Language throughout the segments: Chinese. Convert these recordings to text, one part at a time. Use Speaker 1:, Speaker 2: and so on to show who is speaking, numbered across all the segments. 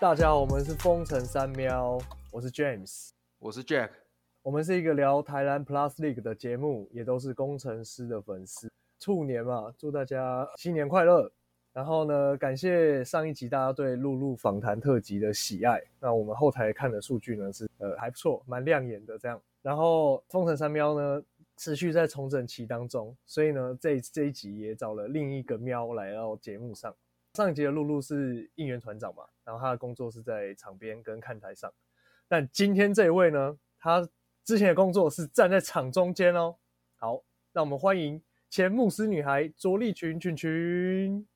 Speaker 1: 大家好，我们是风城三喵，我是 James，
Speaker 2: 我是 Jack，
Speaker 1: 我们是一个聊台南 Plus League 的节目，也都是工程师的粉丝。兔年嘛，祝大家新年快乐！然后呢，感谢上一集大家对露露访谈特辑的喜爱。那我们后台看的数据呢是呃还不错，蛮亮眼的这样。然后风城三喵呢持续在重整期当中，所以呢这这一集也找了另一个喵来到节目上。上一集的露露是应援团长嘛，然后他的工作是在场边跟看台上。但今天这一位呢，他之前的工作是站在场中间哦。好，让我们欢迎前牧师女孩卓丽群群群。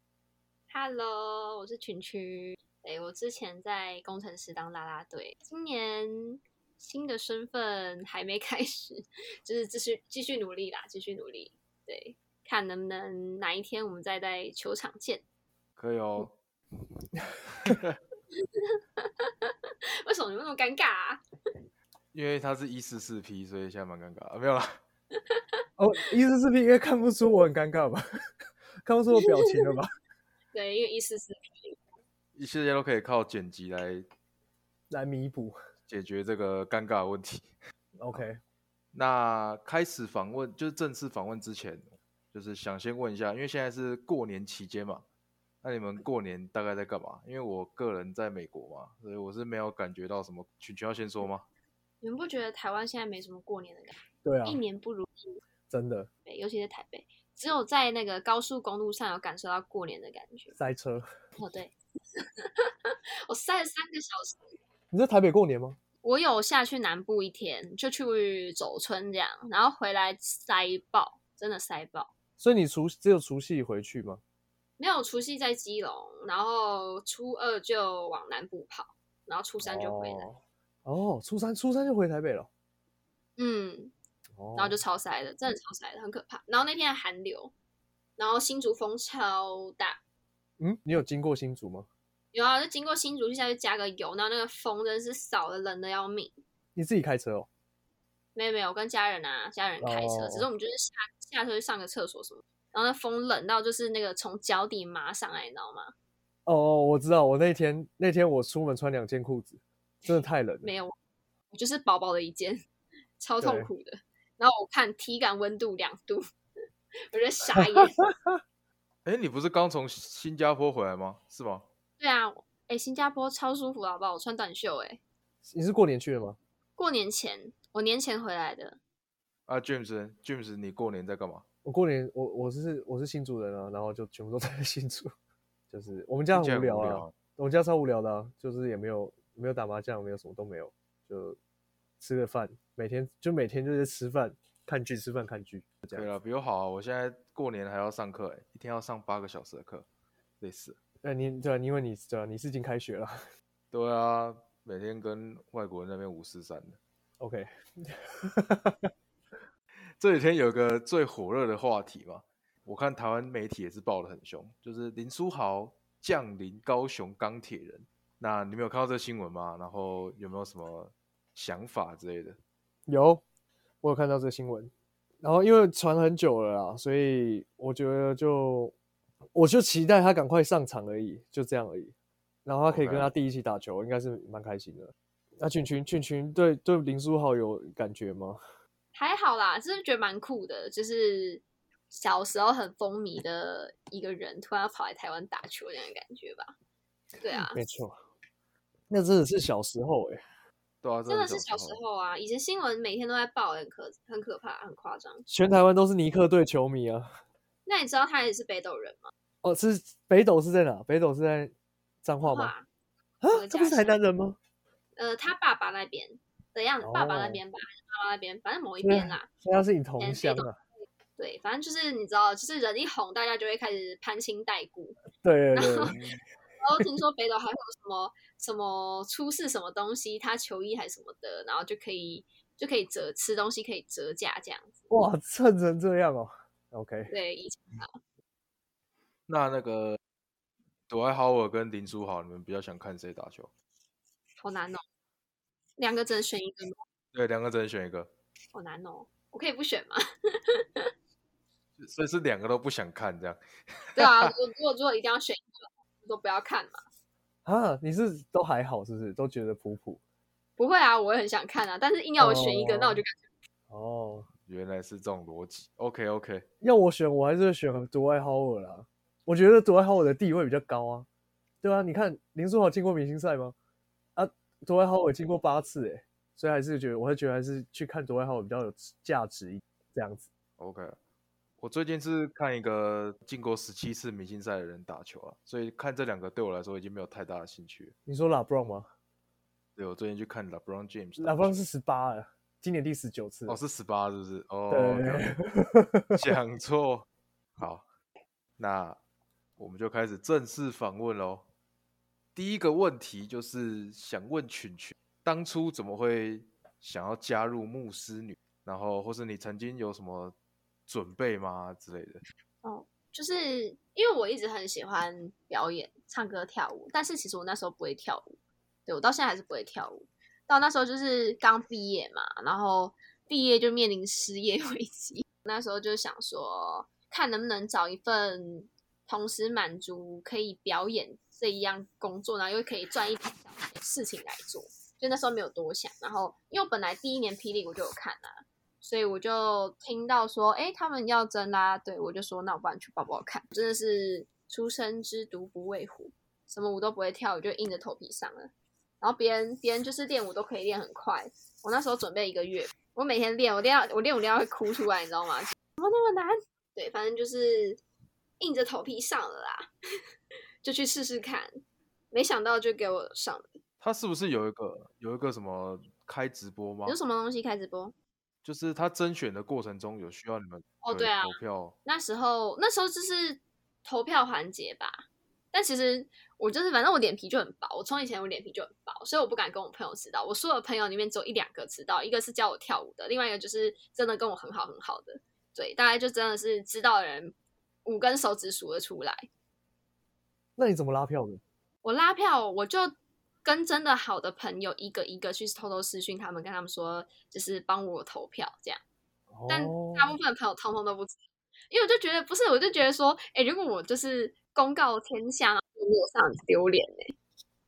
Speaker 3: Hello，我是群群。哎，我之前在工程师当啦啦队，今年新的身份还没 开始，就是继续继续努力啦，继续努力。对，看能不能哪一天我们再在球场见。
Speaker 2: 可以哦。
Speaker 1: 嗯
Speaker 3: 为什么你们那么尴尬啊？
Speaker 2: 因为他是一四四 P，所以现在蛮尴尬啊，没有啦，
Speaker 1: 哦，意思是应该看不出我很尴尬吧？ 看不出我表情了吧？
Speaker 3: 对，因为一四四
Speaker 2: 一切都可以靠剪辑来
Speaker 1: 来弥补。
Speaker 2: 解决这个尴尬的问题。
Speaker 1: OK，
Speaker 2: 那开始访问，就是正式访问之前，就是想先问一下，因为现在是过年期间嘛，那你们过年大概在干嘛？因为我个人在美国嘛，所以我是没有感觉到什么。群群要先说吗？
Speaker 3: 你们不觉得台湾现在没什么过年的感觉，
Speaker 1: 对啊
Speaker 3: 一，年不如一年
Speaker 1: 真的
Speaker 3: 对尤其是台北，只有在那个高速公路上有感受到过年的感觉。
Speaker 1: 塞车。
Speaker 3: 哦，对， 我塞了三个小时。
Speaker 1: 你在台北过年吗？
Speaker 3: 我有下去南部一天，就去走村这样，然后回来塞爆，真的塞爆。
Speaker 1: 所以你除只有除夕回去吗？
Speaker 3: 没有除夕在基隆，然后初二就往南部跑，然后初三就回来。
Speaker 1: 哦。哦，初三初三就回台北了。
Speaker 3: 嗯，
Speaker 1: 哦，
Speaker 3: 然后就超塞的，真的超塞的，很可怕。然后那天还寒流，然后新竹风超大，
Speaker 1: 嗯，你有经过新竹吗？
Speaker 3: 有啊，就经过新竹就下去加个油，然后那个风真的是扫的冷的要命。
Speaker 1: 你自己开车哦。
Speaker 3: 没有没有，我跟家人啊，家人开车，只是我们就是下下车去上个厕所什么，然后那风冷到就是那个从脚底麻上来，你知道吗？
Speaker 1: 哦哦，我知道，我那天那天我出门穿两件裤子，真的太冷了。
Speaker 3: 没有，我就是薄薄的一件， 超痛
Speaker 1: 对
Speaker 3: 苦的。然后我看体感温度两度， 我就傻眼。
Speaker 2: 哎，你不是刚从新加坡回来吗？是吗？
Speaker 3: 对啊，哎、新加坡超舒服，好不好？我穿短袖、哎，
Speaker 1: 你是过年去的吗？
Speaker 3: 过年前我年前回来的，
Speaker 2: 啊，James，James，你过年在干嘛？
Speaker 1: 我过年我我是我是新竹人啊，然后就全部都在 新竹，就是我们家
Speaker 2: 听起来
Speaker 1: 很无
Speaker 2: 很
Speaker 1: 聊
Speaker 2: 无
Speaker 1: 啊，
Speaker 2: 聊
Speaker 1: 我们家超无聊的、啊，就是也没有没有打麻将，没有什么都没有，就吃个饭，每天就每天就是吃饭看剧，吃饭看剧。
Speaker 2: 对了，比我好啊！我现在过年还要上课、欸，一天要上八个小时的课，累死了。
Speaker 1: 呃，你对、啊，因为你对啊，你是已经开学了
Speaker 2: 对啊，每天跟外国人那边五四三的。
Speaker 1: ，OK，
Speaker 2: 这几天有个最火热的话题嘛，我看台湾媒体也是报的很凶，就是林书豪降临高雄钢铁人。那你们有看到这个新闻吗？然后有没有什么想法之类的？
Speaker 1: 有，我有看到这个新闻，然后因为传很久了啦，所以我觉得就我就期待他赶快上场而已，就这样而已。然后他可以跟
Speaker 2: OK
Speaker 1: 他弟一起打球，应该是蛮开心的。啊那群群群群对对林书豪有感觉吗？
Speaker 3: 还好啦，就是觉得蛮酷的，就是小时候很风靡的一个人，突然要跑来台湾打球那样的感觉吧。对啊，
Speaker 1: 没错，那真的是小时候哎、
Speaker 2: 对啊，
Speaker 3: 真的
Speaker 1: 嗯
Speaker 2: 的
Speaker 3: 是小时。候啊，以前新闻每天都在报，很可很可怕，很夸张。
Speaker 1: 全台湾都是尼克队球迷啊。
Speaker 3: 那你知道他也是北斗人吗？
Speaker 1: 哦，是北斗是在哪？北斗是在彰化吗？
Speaker 3: 哇，
Speaker 1: 啊
Speaker 3: 我的，
Speaker 1: 他不
Speaker 3: 家
Speaker 1: 是台
Speaker 3: 乡
Speaker 1: 南人吗？
Speaker 3: 呃，他爸爸那边的样子，爸爸那
Speaker 1: 哦
Speaker 3: 边吧，还是妈妈那边，反正某一
Speaker 1: 对啊
Speaker 3: 边啦。
Speaker 1: 所以他是你
Speaker 3: 哎
Speaker 1: 同
Speaker 3: 北
Speaker 1: 乡
Speaker 3: 斗
Speaker 1: 啊？
Speaker 3: 对，反正就是你知道，就是人一红，大家就会开始攀亲带故。
Speaker 1: 对对对。
Speaker 3: 然后听说北斗还会有什么什么出示什么东西，他球衣还是什么的，然后就可以就可以折吃东西可以折价这样子。
Speaker 1: 哇， 蹭成这样哦。OK，
Speaker 3: 对，以前
Speaker 2: 那那个朵爱豪尔跟林书豪，你们比较想看谁打球？
Speaker 3: 好难哦，两个只能选一个吗，
Speaker 2: 对，两个只能选一个，
Speaker 3: 好难哦。我可以不选吗？
Speaker 2: 所以是两个都不想看这样。
Speaker 3: 对啊，我如果如果一定要选一个，都不要看嘛。
Speaker 1: 啊，你是都还好是不是？都觉得普普
Speaker 3: 不会啊，我也很想看啊，但是硬要我选一个，那我就
Speaker 1: 哦。
Speaker 2: 原来是这种逻辑。OK OK，
Speaker 1: 要我选，我还是会选独爱好尔啦。我觉得独爱好尔的地位比较高啊，对啊，你看林书豪进过明星赛吗？啊，独爱好尔进过八次诶、欸所以还是觉得我会觉得还是去看独爱好尔比较有价值一这样子。
Speaker 2: OK，我最近是看一个进过十七次明星赛的人打球啊，所以看这两个对我来说已经没有太大的兴趣了。
Speaker 1: 你说拉布朗吗？
Speaker 2: 对我最近去看 LeBron James，
Speaker 1: 拉
Speaker 2: 打
Speaker 1: 布朗
Speaker 2: 球
Speaker 1: 是十八了，今年第十九次了
Speaker 2: 哦是十八是不是？哦，
Speaker 1: 对
Speaker 2: OK，讲错。好，那我们就开始正式访问喽。第一个问题就是想问群群，当初怎么会想要加入牧师女？然后或是你曾经有什么准备吗之类的？
Speaker 3: 就是因为我一直很喜欢表演、唱歌、跳舞，但是其实我那时候不会跳舞，对我到现在还是不会跳舞。到那时候就是刚毕业嘛，然后毕业就面临失业危机，那时候就想说，看能不能找一份同时满足可以表演这一样工作，然后又可以赚一笔小钱的事情来做。就那时候没有多想，然后因为我本来第一年霹雳我就有看啊，所以我就听到说，哎，他们要争啦、对我就说，那我帮你去抱抱看。真的是初生之犊不畏虎，什么舞都不会跳，我就硬着头皮上了。然后别人别人就是练舞都可以练很快，我那时候准备一个月，我每天练，我练到我练舞练到会哭出来，你知道吗？怎么那么难？对，反正就是硬着头皮上了啦， 就去试试看。没想到就给我上了，
Speaker 2: 他是不是有一个有一个什么开直播吗
Speaker 3: 有？什么东西开直播？
Speaker 2: 就是他甄选的过程中有需要你们
Speaker 3: 哦
Speaker 2: 对
Speaker 3: 对啊
Speaker 2: 投票
Speaker 3: 那时候那时候就是投票环节吧，但其实我就是反正我脸皮就很薄，我从以前我脸皮就很薄，所以我不敢跟我朋友迟到。我所有的朋友里面只有一两个迟到，一个是教我跳舞的，另外一个就是真的跟我很好很好的，对，大概就真的是知道的人五根手指数得出来。
Speaker 1: 那你怎么拉票的？
Speaker 3: 我拉票，我就跟真的好的朋友一个一个去偷偷私讯他们，跟他们说就是帮我投票这样。但
Speaker 1: 哦
Speaker 3: 大部分朋友通通都不知道，因为我就觉得不是，我就觉得说，哎、如果我就是公告天下，我没有上很丢脸呢，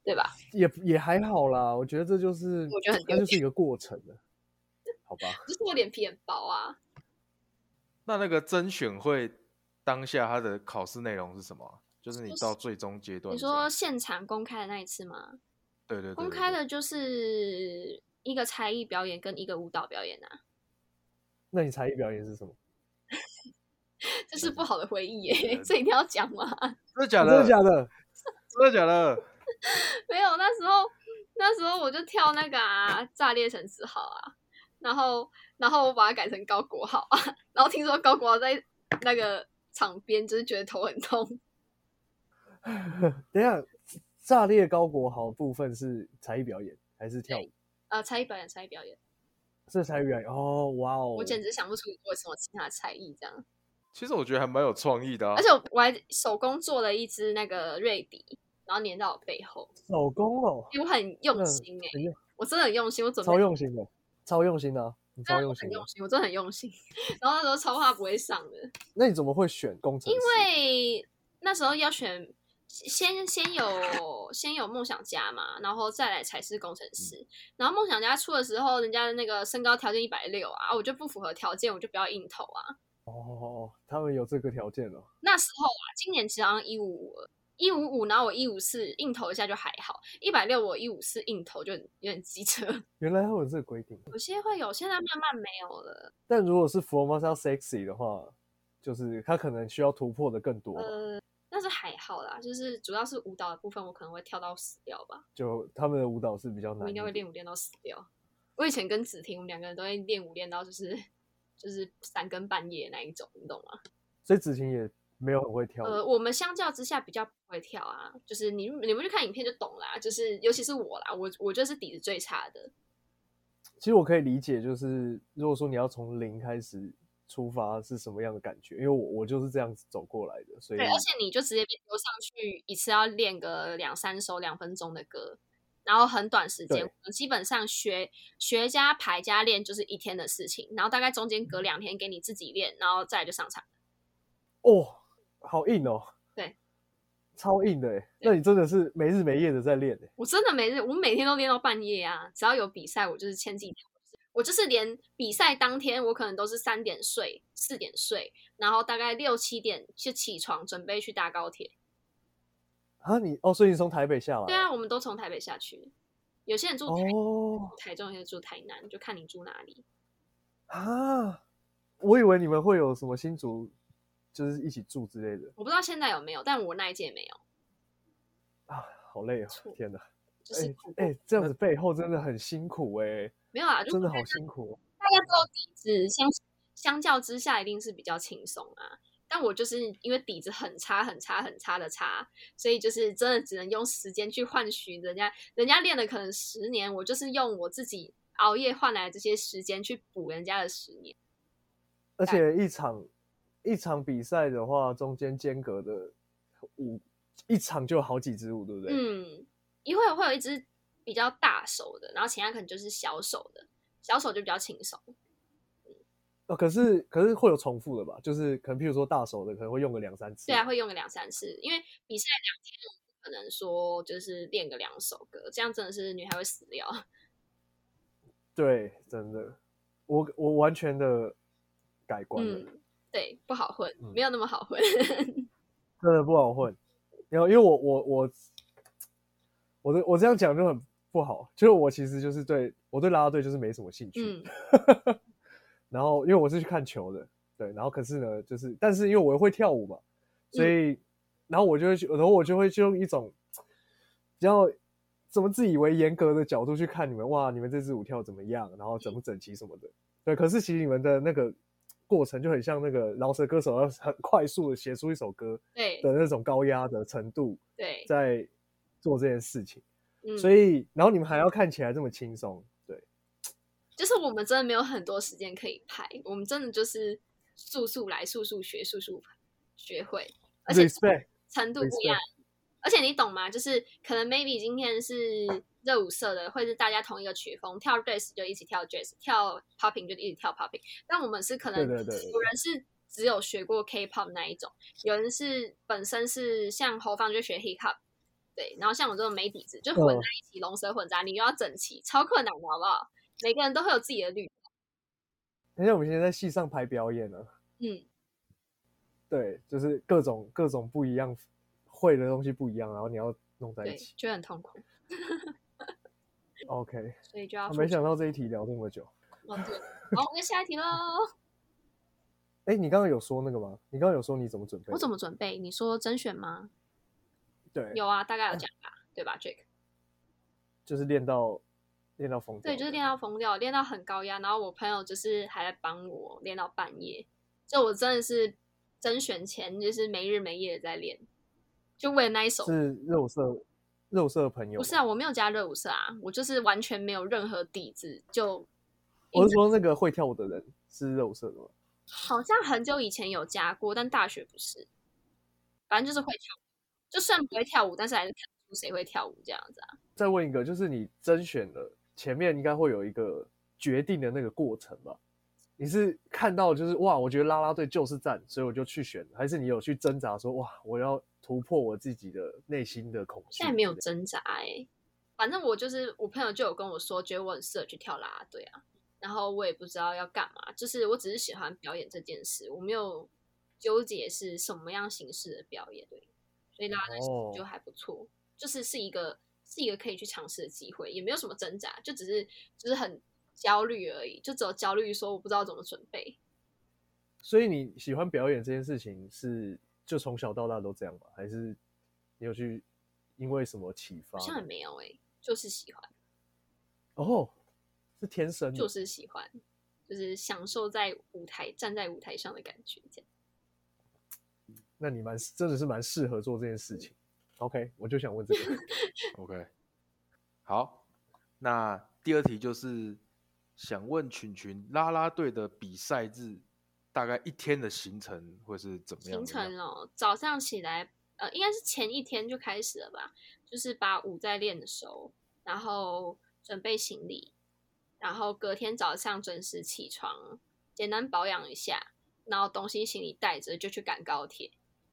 Speaker 3: 对吧？
Speaker 1: 也也还好啦，我觉得这就是
Speaker 3: 我觉得很
Speaker 1: 它就是一个过程了，好吧？
Speaker 3: 就是我脸皮很薄啊，
Speaker 2: 那那个甄选会当下它的考试内容是什么啊？就是你
Speaker 3: 就是
Speaker 2: 到最终阶段
Speaker 3: 你
Speaker 2: 的时候，
Speaker 3: 说现场公开的那一次吗？
Speaker 2: 对啊对对，
Speaker 3: 公
Speaker 2: 对
Speaker 3: 开
Speaker 2: 对
Speaker 3: 的就是一个才艺表演跟一个舞蹈表演啊，
Speaker 1: 那你才艺表演是什么？
Speaker 3: 这是不好的回忆耶
Speaker 2: 嗯，
Speaker 3: 这一定要讲吗？
Speaker 2: 真的假
Speaker 1: 哦真
Speaker 2: 的？
Speaker 1: 的假的？
Speaker 2: 真的假的？
Speaker 3: 没有，那时候那时候我就跳那个啊，炸裂城市号啊，然后然后我把它改成高国号啊， 然后听说高国号在那个场边就是觉得头很痛，
Speaker 1: 等一下，炸裂高国豪部分是才艺表演还是跳舞？
Speaker 3: 呃，才艺表演，才艺表演，
Speaker 1: 是才艺表演哦，哇哦！
Speaker 3: 我简直想不出我有什么其他才艺这样，
Speaker 2: 其实我觉得还蛮有创意的啊
Speaker 3: 而。且我我还手工做了一只那个瑞迪，然后粘到我背后，
Speaker 1: 手工哦，
Speaker 3: 因为我很用
Speaker 1: 嗯
Speaker 3: 心哎、
Speaker 1: 很用
Speaker 3: 我真的很用心，我准备
Speaker 1: 超用心的，超用心的啊，你
Speaker 3: 真
Speaker 1: 超
Speaker 3: 的
Speaker 1: 用
Speaker 3: 我
Speaker 1: 心
Speaker 3: 很
Speaker 1: 的
Speaker 3: 用。心，我真的很用心， 然后那时候超话不会上的。
Speaker 1: 那你怎么会选工程师？
Speaker 3: 因为那时候要选，先先有先有梦想家嘛，然后再来才是工程师。然后梦想家出的时候，人家的那个身高条件一百六啊，我就不符合条件，我就不要硬投啊。
Speaker 1: 哦哦哦，他们有这个条件哦。
Speaker 3: 那时候啊，今年其实好像一五五一五五，然后我一五四硬投一下就还好，一百六我一五四硬投就很有点机车。
Speaker 1: 原来他们有这个规定，
Speaker 3: 有些会有，现在慢慢没有了。
Speaker 1: 但如果是 From s Sexy 的话，就是他可能需要突破的更多吧，
Speaker 3: 呃但是还好啦，就是主要是舞蹈的部分，我可能会跳到死掉吧。
Speaker 1: 就他们的舞蹈是比较
Speaker 3: 我
Speaker 1: 难
Speaker 3: 应
Speaker 1: 一
Speaker 3: 该会
Speaker 1: 点。
Speaker 3: 练舞练到死掉。我以前跟子婷，我们两个人都会练舞练到就是就是三更半夜那一种，你懂吗？
Speaker 1: 所以子晴也没有很会跳舞，
Speaker 3: 呃，我们相较之下比较不会跳啊，就是你你们去看影片就懂啦，就是尤其是我啦，我我就是底子最差的，
Speaker 1: 其实我可以理解，就是如果说你要从零开始出发是什么样的感觉，因为我我就是这样子走过来的，所以
Speaker 3: 对，而且你就直接被丢上去一次要练个两三首两分钟的歌。然后很短时间，
Speaker 1: 对
Speaker 3: 我们基本上学学加排加练就是一天的事情，然后大概中间隔两天给你自己练，然后再来就上场。
Speaker 1: 哦，好硬哦，
Speaker 3: 对，
Speaker 1: 超硬的欸，那你真的是没日没夜的在练欸
Speaker 3: 我真的每日，我每天都练到半夜啊！只要有比赛，我就是前几天，我就是连比赛当天，我可能都是三点睡、四点睡，然后大概六七点就起床，准备去搭高铁。
Speaker 1: 啊！你哦，所以你从台北下来？
Speaker 3: 对啊，我们都从台北下去，有些人住台、
Speaker 1: 哦
Speaker 3: 台中，有些人住台南，就看你住哪里。
Speaker 1: 啊，我以为你们会有什么新竹，就是一起住之类的
Speaker 3: 我不知道现在有没有，但我那一届没有，
Speaker 1: 啊，好累哦
Speaker 3: 错！
Speaker 1: 天哪，
Speaker 3: 就是、
Speaker 1: 哎、这样子背后真的很辛苦哎、
Speaker 3: 没有啊，就
Speaker 1: 真的好辛苦哦、
Speaker 3: 大家都有底子，相相较之下一定是比较轻松啊。但我就是因为底子很差、很差、很差的差，所以就是真的只能用时间去换取人家，人家练了可能十年，我就是用我自己熬夜换来的这些时间去补人家的十年。
Speaker 1: 而且一场一场比赛的话，中间间隔的舞一场就有好几支舞，对不对？
Speaker 3: 嗯，一会儿会有一只比较大手的，然后其他可能就是小手的，小手就比较轻松。
Speaker 1: 哦，可是可是会有重复的吧？就是可能譬如说大手的可能会用个两三次，
Speaker 3: 对啊，会用个两三次，因为比赛两天我不可能说就是练个两首歌，这样真的是女孩会死掉。
Speaker 1: 对，真的，我我完全的改观了。
Speaker 3: 嗯，对，不好混，
Speaker 1: 嗯
Speaker 3: 没有那么好混。
Speaker 1: 真的不好混。然后因为我我我我的我这样讲就很不好，就是我其实就是对我对啦啦队就是没什么兴趣。
Speaker 3: 嗯，
Speaker 1: 然后因为我是去看球的，对，然后可是呢，就是但是因为我会跳舞嘛，所
Speaker 3: 嗯
Speaker 1: 以、然后我就会去，然后我就会去用一种比较怎么自以为严格的角度去看你们，哇，你们这支舞跳怎么样，然后整不整齐什么的，对。可是其实你们的那个过程就很像那个饶舌歌手要很快速的写出一首歌
Speaker 3: 对
Speaker 1: 的那种高压的程度，
Speaker 3: 对，
Speaker 1: 在做这件事情，
Speaker 3: 嗯，
Speaker 1: 所以然后你们还要看起来这么轻松，对。
Speaker 3: 就是我们真的没有很多时间可以拍，我们真的就是速速来，速速学，速速学会，而且
Speaker 1: respect
Speaker 3: 程度不一样。而且你懂吗？就是可能 maybe 今天是热舞社的，会是大家同一个曲风，跳 jazz 就一起跳 jazz，跳 popping 就一起跳 popping。但我们是可能
Speaker 1: 对对对对
Speaker 3: 有人是只有学过 K-pop 那一种，有人是本身是像侯方就学 hip hop，对，然后像我这种没底子就
Speaker 1: 嗯
Speaker 3: 混在一起，龙蛇混杂，你又要整齐，超困难的好不好？每个人都会有自己的律，
Speaker 1: 而且我们现在在戏上排表演呢、
Speaker 3: 嗯，
Speaker 1: 对，就是各种各种不一样，会的东西不一样，然后你要弄在一
Speaker 3: 对，
Speaker 1: 起。
Speaker 3: 就很痛苦，
Speaker 1: OK，
Speaker 3: 所以就要
Speaker 1: 啊
Speaker 3: 付
Speaker 1: 没想到这一题聊这么久。
Speaker 3: 出哦对好，我们下一 题喽。
Speaker 1: 哎，你刚刚有说那个吗？你刚刚有说你怎么准备？
Speaker 3: 我怎么准备？你说甄选吗？
Speaker 1: 对，
Speaker 3: 有啊，大概有讲吧，对吧，Jake？
Speaker 1: 就是练到练到疯掉。
Speaker 3: 对，就是练到疯掉，练到很高压。然后我朋友就是还来帮我练到半夜，就我真的是甄选前就是没日没夜的在练，就为了那一首。
Speaker 1: 是肉色肉色朋友吗。
Speaker 3: 不是啊，我没有加热舞社啊，我就是完全没有任何底子，就
Speaker 1: 我是说那个会跳舞的人是肉色的吗？
Speaker 3: 好像很久以前有加过，但大学不是。反正就是会跳舞，就算不会跳舞，但是还是看出谁会跳舞这样子啊。
Speaker 1: 再问一个，就是你甄选了，前面应该会有一个决定的那个过程吧？你是看到就是哇，我觉得啦啦队就是赞，所以我就去选，还是你有去挣扎说哇，我要突破我自己的内心的恐惧？
Speaker 3: 现在没有挣扎哎、反正我就是我朋友就有跟我说，觉得我很适合去跳啦啦队啊，然后我也不知道要干嘛，就是我只是喜欢表演这件事，我没有纠结是什么样形式的表演，对，所以啦啦队
Speaker 1: 哦
Speaker 3: 就还不错，就是是一个是一个可以去尝试的机会，也没有什么挣扎，就只是就是很焦虑而已，就只有焦虑说我不知道怎么准备，
Speaker 1: 所以你喜欢表演这件事情是就从小到大都这样吗？还是你有去因为什么启发
Speaker 3: 好
Speaker 1: 吗？
Speaker 3: 像也没有哎、就是喜欢，
Speaker 1: 哦，是天生的，
Speaker 3: 就是喜欢，就是享受在舞台站在舞台上的感觉这样。
Speaker 1: 那你蛮真的是蛮适合做这件事情。OK，我就想问这个。
Speaker 2: OK，好，那第二题就是想问群群啦啦队的比赛日大概一天的行程会是怎么样的
Speaker 3: 行
Speaker 2: 呢？
Speaker 3: 程哦，早上起来，呃，应该是前一天就开始了吧，就是把舞再练熟，然后准备行李，然后隔天早上准时起床，简单保养一下，然后东西行李带着就去赶高铁，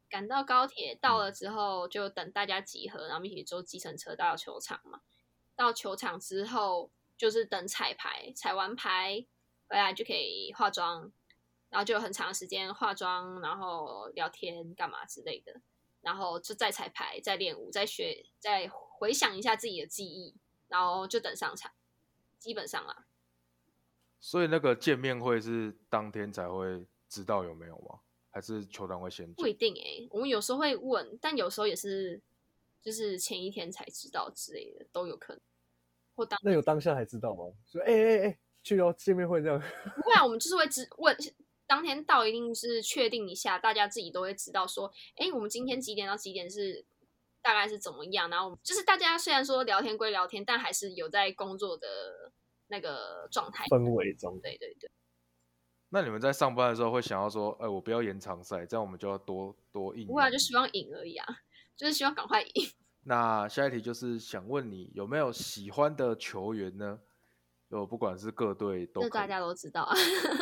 Speaker 3: 赶到高铁到了之后，就等大家集合，然后我们一起坐计程车到球场嘛。到球场之后，就是等彩排，彩完牌回来就可以化妆，然后就有很长的时间化妆，然后聊天干嘛之类的，然后就再彩排，再练舞，再学，再回想一下自己的记忆，然后就等上场，基本上啦。
Speaker 2: 所以那个见面会是当天才会知道有没有吗？还是球团会先
Speaker 3: 不一
Speaker 2: 讲？
Speaker 3: 定哎、我们有时候会问，但有时候也是就是前一天才知道之类的，都有可能。或当
Speaker 1: 那有当下还知道吗？说哎哎哎，去哦，见面会这样。
Speaker 3: 不会啊，我们就是会知问，当天到一定是确定一下，大家自己都会知道说，哎，我们今天几点到几点是大概是怎么样，然后我们就是大家虽然说聊天归聊天，但还是有在工作的那个状态。
Speaker 1: 氛围中
Speaker 3: 对对对，
Speaker 2: 那你们在上班的时候会想要说，哎、我不要延长赛，这样我们就要多多硬。
Speaker 3: 不会啊，就希望赢而已啊，就是希望赶快赢。
Speaker 2: 那下一题就是想问你有没有喜欢的球员呢？有，不管是各队都可
Speaker 3: 这
Speaker 2: 以。
Speaker 3: 大家都知道啊。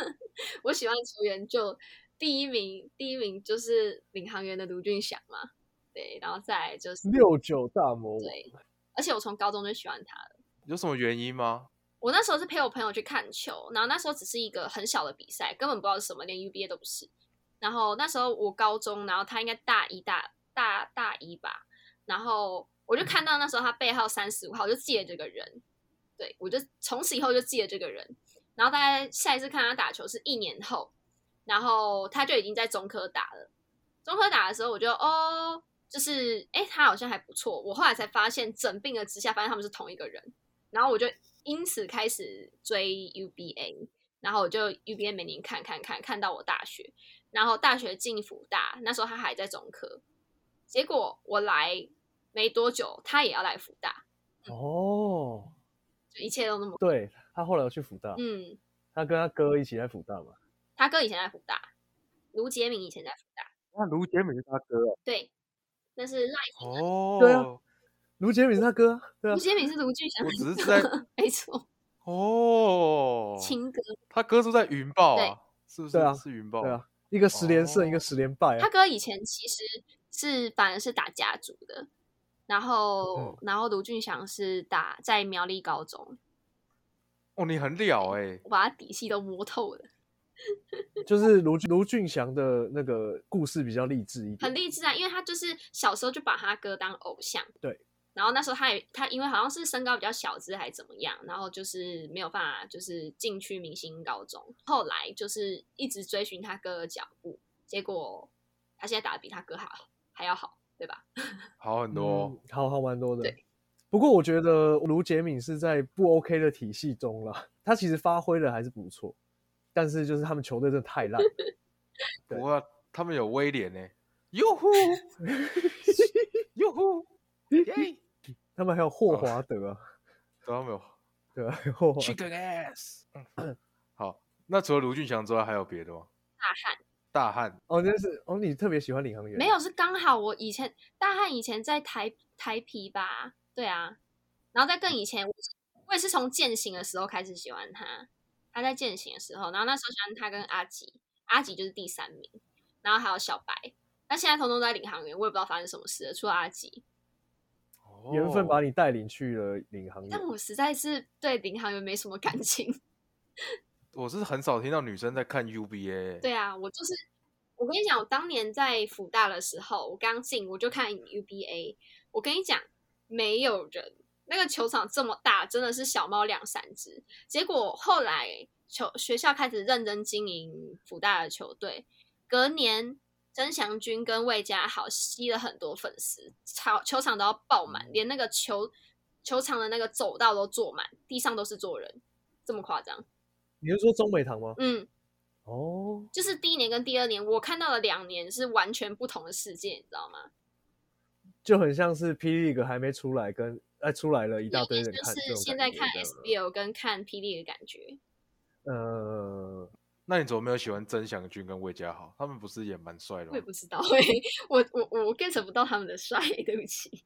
Speaker 3: 我喜欢的球员就第一名，第一名就是领航员的卢俊祥嘛，对，然后再来
Speaker 2: 嗯
Speaker 3: 就是
Speaker 1: 六九大魔王，
Speaker 3: 对，而且我从高中就喜欢他了。
Speaker 2: 有什么原因吗？
Speaker 3: 我那时候是陪我朋友去看球，然后那时候只是一个很小的比赛，根本不知道是什么，连 UBA 都不是。然后那时候我高中，然后他应该大一大大大一吧，然后我就看到那时候他背号三十五号，我就记得这个人，对我就从此以后就记得这个人。然后大概下一次看他打球是一年后，然后他就已经在中科打了。中科打的时候，我就哦，就是哎、诶他好像还不错。我后来才发现，整病了之下，发现他们是同一个人。然后我就因此开始追 UBA，然后我就 UBA 每年看看看，看到我大学，然后大学进辅大，那时候他还在中科，结果我来没多久，他也要来辅大，
Speaker 1: 哦，
Speaker 3: 就一切都那么
Speaker 1: 对他后来有去福大，
Speaker 3: 嗯，
Speaker 1: 他跟他哥一起在福大嘛。
Speaker 3: 他哥以前在辅大，卢杰明以前在辅大，
Speaker 2: 那卢杰敏是他哥
Speaker 3: 对，但是赖
Speaker 2: 哦。
Speaker 1: 对啊，卢杰敏是他哥啊，对啊
Speaker 3: 卢，杰明是卢俊祥
Speaker 2: 我只是
Speaker 3: 的
Speaker 2: 在
Speaker 3: 哥没错，
Speaker 2: 哦，
Speaker 3: 亲哥，
Speaker 2: 他哥是不是在云豹
Speaker 3: 对
Speaker 2: 啊，是不是？
Speaker 1: 对啊
Speaker 2: 是云豹。
Speaker 1: 对啊，一个十连胜，
Speaker 2: 哦
Speaker 1: 一个十连败啊
Speaker 3: 他。哥以前其实是反而是打家族的，然后、然后卢俊祥是打在苗栗高中，
Speaker 2: 哦，你很了哎、
Speaker 3: 我把他底细都摸透了，
Speaker 1: 就是卢卢俊祥的那个故事比较励志一点，
Speaker 3: 很励志啊！因为他就是小时候就把他哥当偶像，
Speaker 1: 对。
Speaker 3: 然后那时候他也他因为好像是身高比较小只还是怎么样，然后就是没有办法就是进去明星高中，后来就是一直追寻他哥的脚步，结果他现在打的比他哥还好还要好，对吧？
Speaker 2: 好很多哦、
Speaker 1: 嗯好好蛮多的
Speaker 3: 对。
Speaker 1: 不过我觉得卢杰敏是在不 OK 的体系中啦，他其实发挥的还是不错，但是就是他们球队真的太烂了，对
Speaker 2: 不过他们有威廉呢、哟呼， 哟呼，耶，
Speaker 1: 他们还有霍华德啊，
Speaker 2: 对他们有
Speaker 1: 对吧、还有霍华德
Speaker 2: chicken ass。嗯 好，那除了卢俊祥之外，还有别的吗？
Speaker 3: 大汉。
Speaker 2: 大汉
Speaker 1: 哦，那是哦，你特别喜欢领航员？
Speaker 3: 没有，是刚好我以前大汉以前在台台皮吧，对啊，然后再更以前，我我也是从践行的时候开始喜欢他，他在践行的时候，然后那时候喜欢他跟阿吉，阿吉就是第三名，然后还有小白，那现在通通都在领航员，我也不知道发生什么事了，除了阿吉，
Speaker 1: 哦缘分把
Speaker 2: 你
Speaker 1: 你带领去了领航员
Speaker 3: 但。我实在是对领航员没什么感情，
Speaker 2: 我是很少听到女生在看 UBA，
Speaker 3: 对啊，我就是。我跟你讲，我当年在辅大的时候，我刚进我就看 UBA。我跟你讲，没有人，那个球场这么大，真的是小猫两三只。结果后来球学校开始认真经营辅大的球队，隔年曾祥军跟魏家豪吸了很多粉丝，球球场都要爆满，连那个球球场的那个走道都坐满，地上都是坐人，这么夸张？
Speaker 1: 你是说中美堂吗？
Speaker 3: 嗯，
Speaker 1: 哦，
Speaker 3: 就是第一年跟第二年，我看到了两年是完全不同的世界，你知道吗？
Speaker 1: 就很像是霹雳 l 还没出来跟，哎出来了一大堆人
Speaker 3: 就
Speaker 1: 看，这
Speaker 3: 是
Speaker 1: 种
Speaker 3: 现在
Speaker 1: 感觉
Speaker 3: 看
Speaker 1: 这样
Speaker 3: SBL 跟看霹雳的感觉。
Speaker 1: 呃，
Speaker 2: 那你怎么没有喜欢曾祥军跟魏家豪？他们不是也蛮帅的
Speaker 3: 我
Speaker 1: 啊
Speaker 3: 也
Speaker 2: 吗？
Speaker 3: 不知道、欸，我我我 get 不到他们的帅、 对不起。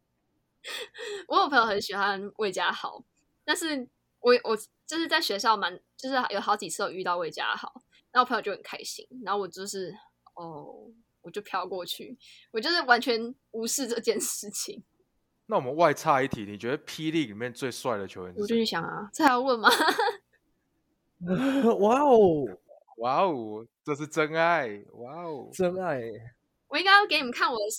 Speaker 3: 我有朋友很喜欢魏家豪，但是我我就是在学校蛮，就是有好几次有遇到魏家豪，然后我朋友就很开心，然后我就是哦，我就飘过去，我就是完全无视这件事情。
Speaker 2: 那我们外差一题，你觉得霹雳里面最帅的球员
Speaker 3: 我
Speaker 2: 是
Speaker 3: 就去
Speaker 2: 谁？
Speaker 3: 想啊，这还要问吗？
Speaker 1: 哇哦，
Speaker 2: 哇哦，这是真爱！哇哦，
Speaker 1: 真爱！
Speaker 3: 我应该要给你们看我的手，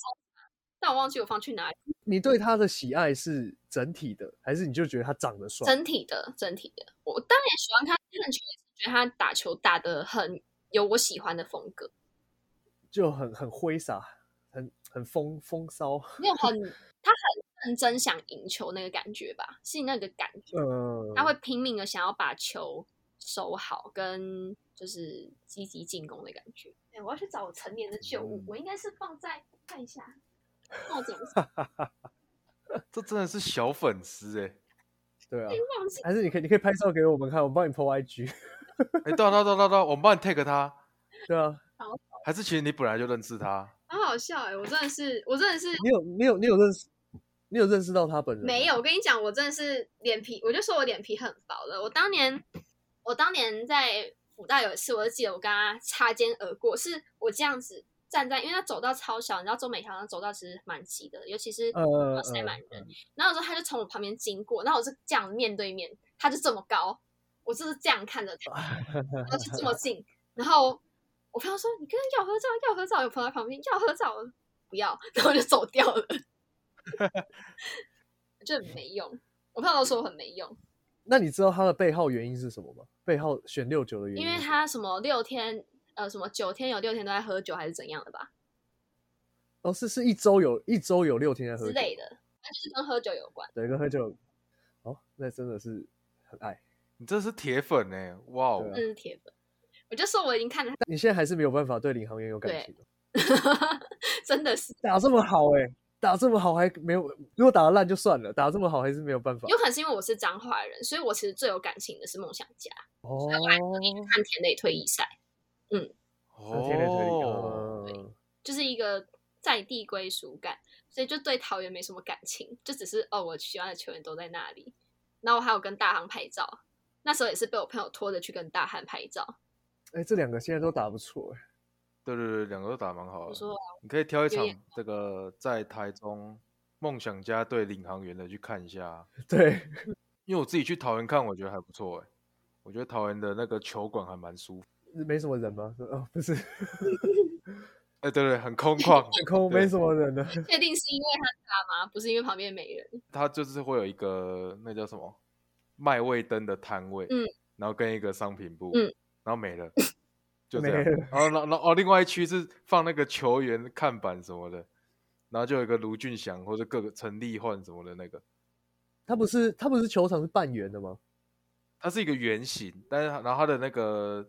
Speaker 3: 但我忘记我放去哪里。
Speaker 1: 你对他的喜爱是整体的，还是你就觉得他长得帅？
Speaker 3: 整体的，整体的，我当然也喜欢他个人球，也是觉得他打球打得很有我喜欢的风格，
Speaker 1: 就很很挥洒，很很风风骚。
Speaker 3: 没有很他很认真想赢球那个感觉吧，是那个感觉，
Speaker 1: 嗯，
Speaker 3: 他会拼命的想要把球守好，跟就是积极进攻的感觉。哎，我要去找我成年的旧物，
Speaker 2: 嗯
Speaker 3: 我应该是放在看一下，那我怎么
Speaker 2: 这真的是小粉丝哎、
Speaker 1: 对啊，
Speaker 3: 忘记？
Speaker 1: 还是你可以你可以拍照给我们看，我帮你 PO IG。
Speaker 2: 哎，到到到到到，我们帮你 take 他，
Speaker 1: 对啊，
Speaker 2: 还是其实你本来就认识他？
Speaker 3: 很好笑哎、我真的是，我真的是
Speaker 1: 你有你有你有认识你有认识到他本人？
Speaker 3: 没有，，我跟你讲，我真的是脸皮，我就说我脸皮很薄了。我当年，我当年在辅大有一次，我就记得我跟他擦肩而过，是我这样子站在，因为他走道超小，你知道中美桥那走道其实蛮挤的，尤其是
Speaker 1: 呃呃
Speaker 3: 塞满
Speaker 1: 呃
Speaker 3: 人。然后有时候他就从我旁边经过，然后我是这样面对面，他就这么高，我就是这样看着他，然后就这么近，然后我朋友说你跟他要合照，要合照，有朋友在旁边要合照，我说不要，然后我就走掉了，就很没用。我朋友都说我很没用，
Speaker 1: 那你知道他的背号原因是什么吗？背号选六九的原因
Speaker 3: 因
Speaker 1: 是什么？
Speaker 3: 为他什么六天，呃，什么九天有六天都在喝酒，还是怎样的吧
Speaker 1: 哦是是一周有一周有六天在喝
Speaker 3: 之
Speaker 1: 酒，
Speaker 3: 类的，那就是跟喝酒有关。
Speaker 1: 对，跟喝酒。哦，那真的是很爱。
Speaker 2: 你这是铁粉哎、哇哦
Speaker 1: 对啊
Speaker 3: 那是嗯铁粉。我就说我已经看了
Speaker 1: 但 你现在还是没有办法对领航员有感情。哦
Speaker 3: 他，真的是
Speaker 1: 打这么好哎、打这么好还没有，如果打得烂就算了，打这么好还是没有办法。
Speaker 3: 有可能是因为我是彰化人，所以我其实最有感情的是梦想家，
Speaker 1: 哦，
Speaker 3: 看田垒退役赛，
Speaker 1: 那天天推理
Speaker 2: 哦，
Speaker 1: 嗯
Speaker 3: 就是一个在地归属感，所以就对桃园没什么感情，就只是哦，我喜欢的球员都在那里。然后我还有跟大航拍照，那时候也是被我朋友拖着去跟大汉拍照。
Speaker 1: 哎、这两个现在都打不错哎、
Speaker 2: 对对对，两个都打蛮好
Speaker 3: 我
Speaker 2: 的。
Speaker 3: 说
Speaker 2: 你可以挑一
Speaker 3: 有
Speaker 2: 场
Speaker 3: 点
Speaker 2: 这个在台中梦想家对领航员的去看一下，
Speaker 1: 对，
Speaker 2: 因为我自己去桃园看，我觉得还不错哎、我觉得桃园的那个球馆还蛮舒服，
Speaker 1: 没什么人吗？ 哦，不是，，
Speaker 2: 哎、对对，很空 旷
Speaker 1: 空
Speaker 2: 对
Speaker 1: 没什么人啊的。
Speaker 3: 确定是因为他大吗？不是因为旁边没人。
Speaker 2: 它就是会有一个那叫什么卖味灯的摊位，
Speaker 3: 嗯，
Speaker 2: 然后跟一个商品部，
Speaker 3: 嗯，
Speaker 2: 然后没 了，就这样
Speaker 1: 没了。
Speaker 2: 然后，然后，然后哦，另外一区是放那个球员看板什么的，然后就有一个卢俊祥或者各个陈立焕什么的那个，
Speaker 1: 他不是他不是球场是半圆的吗？
Speaker 2: 它是一个圆形，但是它然后它的那个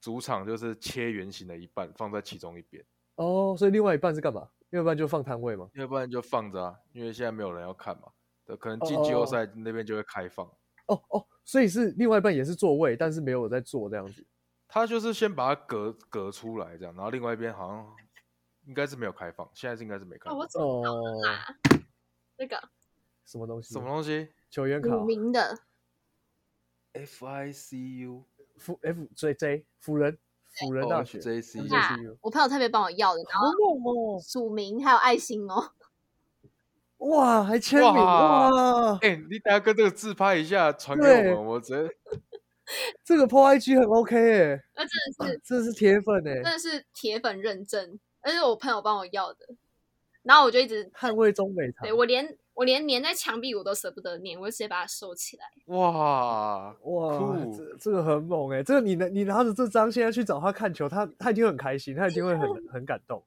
Speaker 2: 主场就是切圆形的一半放在其中一边，
Speaker 1: 哦，所以另外一半是干嘛？另外一半就放摊位吗？
Speaker 2: 要不然就放着啊，因为现在没有人要看嘛。对，可能
Speaker 1: 哦
Speaker 2: 进季
Speaker 1: 哦
Speaker 2: 后
Speaker 1: 哦
Speaker 2: 赛那边就会开放。
Speaker 1: 哦哦，所以是另外一半也是座位，但是没有在坐这样子。
Speaker 2: 他就是先把它隔隔出来这样，然后另外一边好像应该是没有开放，现在是应该是没开
Speaker 3: 哦，
Speaker 2: 放。
Speaker 3: 我走
Speaker 1: 哦，
Speaker 3: 那个
Speaker 1: 什么东西？
Speaker 2: 什么东西
Speaker 1: 球员卡？
Speaker 3: 五名的，
Speaker 2: ？F I C U
Speaker 1: 辅 F J J 辅仁辅仁大学
Speaker 2: 哦 J C，
Speaker 1: 就是
Speaker 3: 那
Speaker 1: 有
Speaker 3: 我朋友特别帮我要的，然
Speaker 1: 好
Speaker 3: 后
Speaker 1: 猛哦！
Speaker 3: 署名还有爱心哦，
Speaker 1: 哇，还签名
Speaker 2: 哇
Speaker 1: 哇！
Speaker 2: 哎、你等下跟这个自拍一下，传给
Speaker 1: 对
Speaker 2: 我们，我直接
Speaker 1: 这个 PO IG 很 OK 哎、
Speaker 3: 那真的是
Speaker 1: 这是铁粉哎、
Speaker 3: 真的是铁粉认证，而且我朋友帮我要的，然后我就一直
Speaker 1: 捍卫中美堂
Speaker 3: 对我连我连粘在墙壁我都舍不得粘，我就直接把它收起来。
Speaker 2: 哇
Speaker 1: 哇，
Speaker 2: 酷
Speaker 1: 这这个很猛哎、这个你拿你拿着这张现在去找他看球，他他一定会很开心，他一定会很很感动。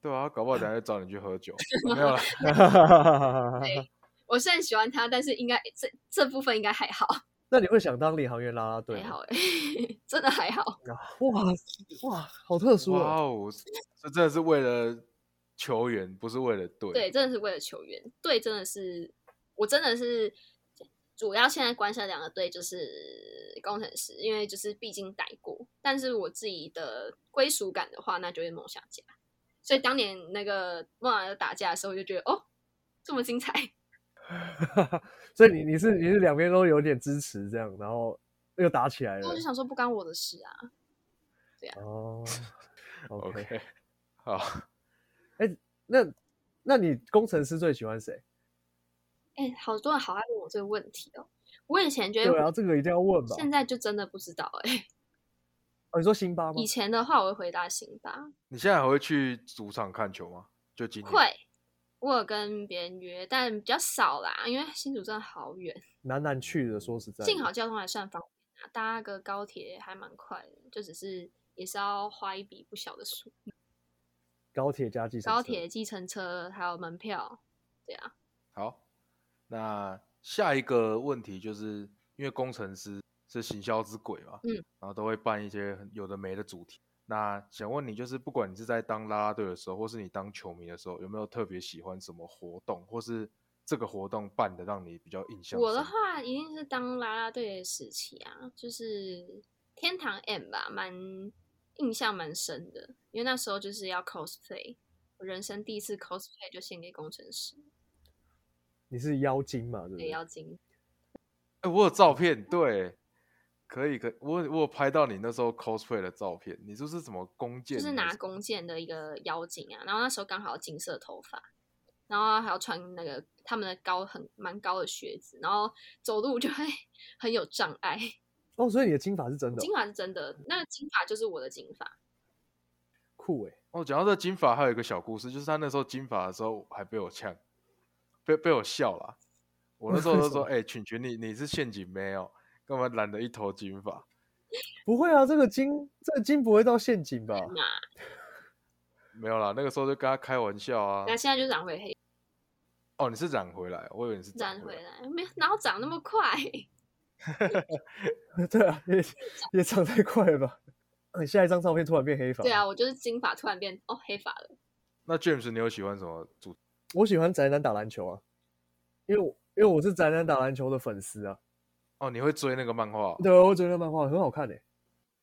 Speaker 2: 对啊，搞不好等下就找你去喝 酒，没有啦，
Speaker 3: 我是很喜欢他，但是应该这这部分应该还好，
Speaker 1: 那你会想当领航员啦啦啊队
Speaker 3: 还
Speaker 1: 吗？
Speaker 3: 好哎、 真的还好。
Speaker 1: 哇哇，好特殊
Speaker 2: 哇
Speaker 1: 哦！
Speaker 2: 哦，这真的是为了球员，不是为了队。
Speaker 3: 对，，真的是为了球员，队真的是我真的是主要现在关下两个队就是工程师，因为就是毕竟待过，但是我自己的归属感的话，那就是梦想家。所以当年那个梦想家打架的时候，我就觉得哦，这 么精彩，哦
Speaker 1: 所以你你是你是两边都有点支持这样，然后又打起来
Speaker 3: 然
Speaker 1: 了
Speaker 3: 后我就想说不干我的事啊。
Speaker 1: 哦。OK，
Speaker 2: OK， 啊，
Speaker 1: 那那你工程师最喜欢谁？
Speaker 3: 哎、好多人好爱问我这个问题哦。我以前觉
Speaker 1: 对啊，
Speaker 3: 得，
Speaker 1: 这个一定要问吧。
Speaker 3: 现在就真的不知道哎、
Speaker 1: 哦，你说辛巴吗
Speaker 3: 以？前的话，我会回答辛巴，
Speaker 2: 你现在还会去主场看球吗？就今天
Speaker 3: 会，我有跟别人约，但比较少啦，因为新竹真的好远，
Speaker 1: 难难去的，说实在的。
Speaker 3: 幸好交通还算方便啊，搭个高铁还蛮快的，就只是也是要花一笔不小的数，
Speaker 1: 高铁加计程车
Speaker 3: 高铁、计程车还有门票，对啊，
Speaker 2: 好，那下一个问题就是因为工程师是行销之鬼嘛，
Speaker 3: 嗯，
Speaker 2: 然后都会办一些很有的没的主题。那想问你，就是不管你是在当啦啦队的时候，或是你当球迷的时候，有没有特别喜欢什么活动，或是这个活动办的让你比较印象深刻？
Speaker 3: 我的话一定是当啦啦队的时期啊，就是天堂 M 吧，蛮印象蛮深的，因为那时候就是要 cosplay，我人生第一次 cosplay 就献给工程师，
Speaker 1: 你是妖精嘛？对不
Speaker 3: 对，
Speaker 1: 对？
Speaker 3: 要精
Speaker 2: 哎、我有照片，对，可以，可我有我有拍到你那时候 cosplay 的照片，你就是什么弓箭还
Speaker 3: 就
Speaker 2: 什
Speaker 3: 是
Speaker 2: 么，
Speaker 3: 拿弓箭的一个妖精啊，然后那时候刚好有金色头发，然后还要穿那个他们的高很蛮高的靴子，然后走路就会 很有障碍。
Speaker 1: 哦，所以你的金发是真的哦、
Speaker 3: 金发是真的，那个金发就是我的金发，
Speaker 1: 酷哎、
Speaker 2: 哦，讲到这金发，还有一个小故事，就是他那时候金发的时候还被我呛，被被我笑啦。我那时候
Speaker 1: 为
Speaker 2: 就
Speaker 1: 什
Speaker 2: 说：“
Speaker 1: 么
Speaker 2: 哎、群群你你是陷阱没有？干嘛染了一头金发
Speaker 1: 不会啊，这个金这个金不会到陷阱吧？
Speaker 3: 嘛？
Speaker 2: 没有啦？”那个时候就跟他开玩笑啊
Speaker 3: 那。现在就染回黑，
Speaker 2: 哦，你是染回来，我以为你是
Speaker 3: 染
Speaker 2: 回
Speaker 3: 回。来，没有，哪有长那么快？
Speaker 1: 对啊，也也长太快了吧？ 你下一张照片突然变黑发。
Speaker 3: 对啊，，我就是金发突然变哦黑发了，
Speaker 2: 那 James，你有喜欢什么主？
Speaker 1: 我喜欢宅男打篮球啊，因为我因为我是宅男打篮球的粉丝啊。
Speaker 2: 哦，你会追那个漫画？
Speaker 1: 对，啊我觉得漫画很好看诶、欸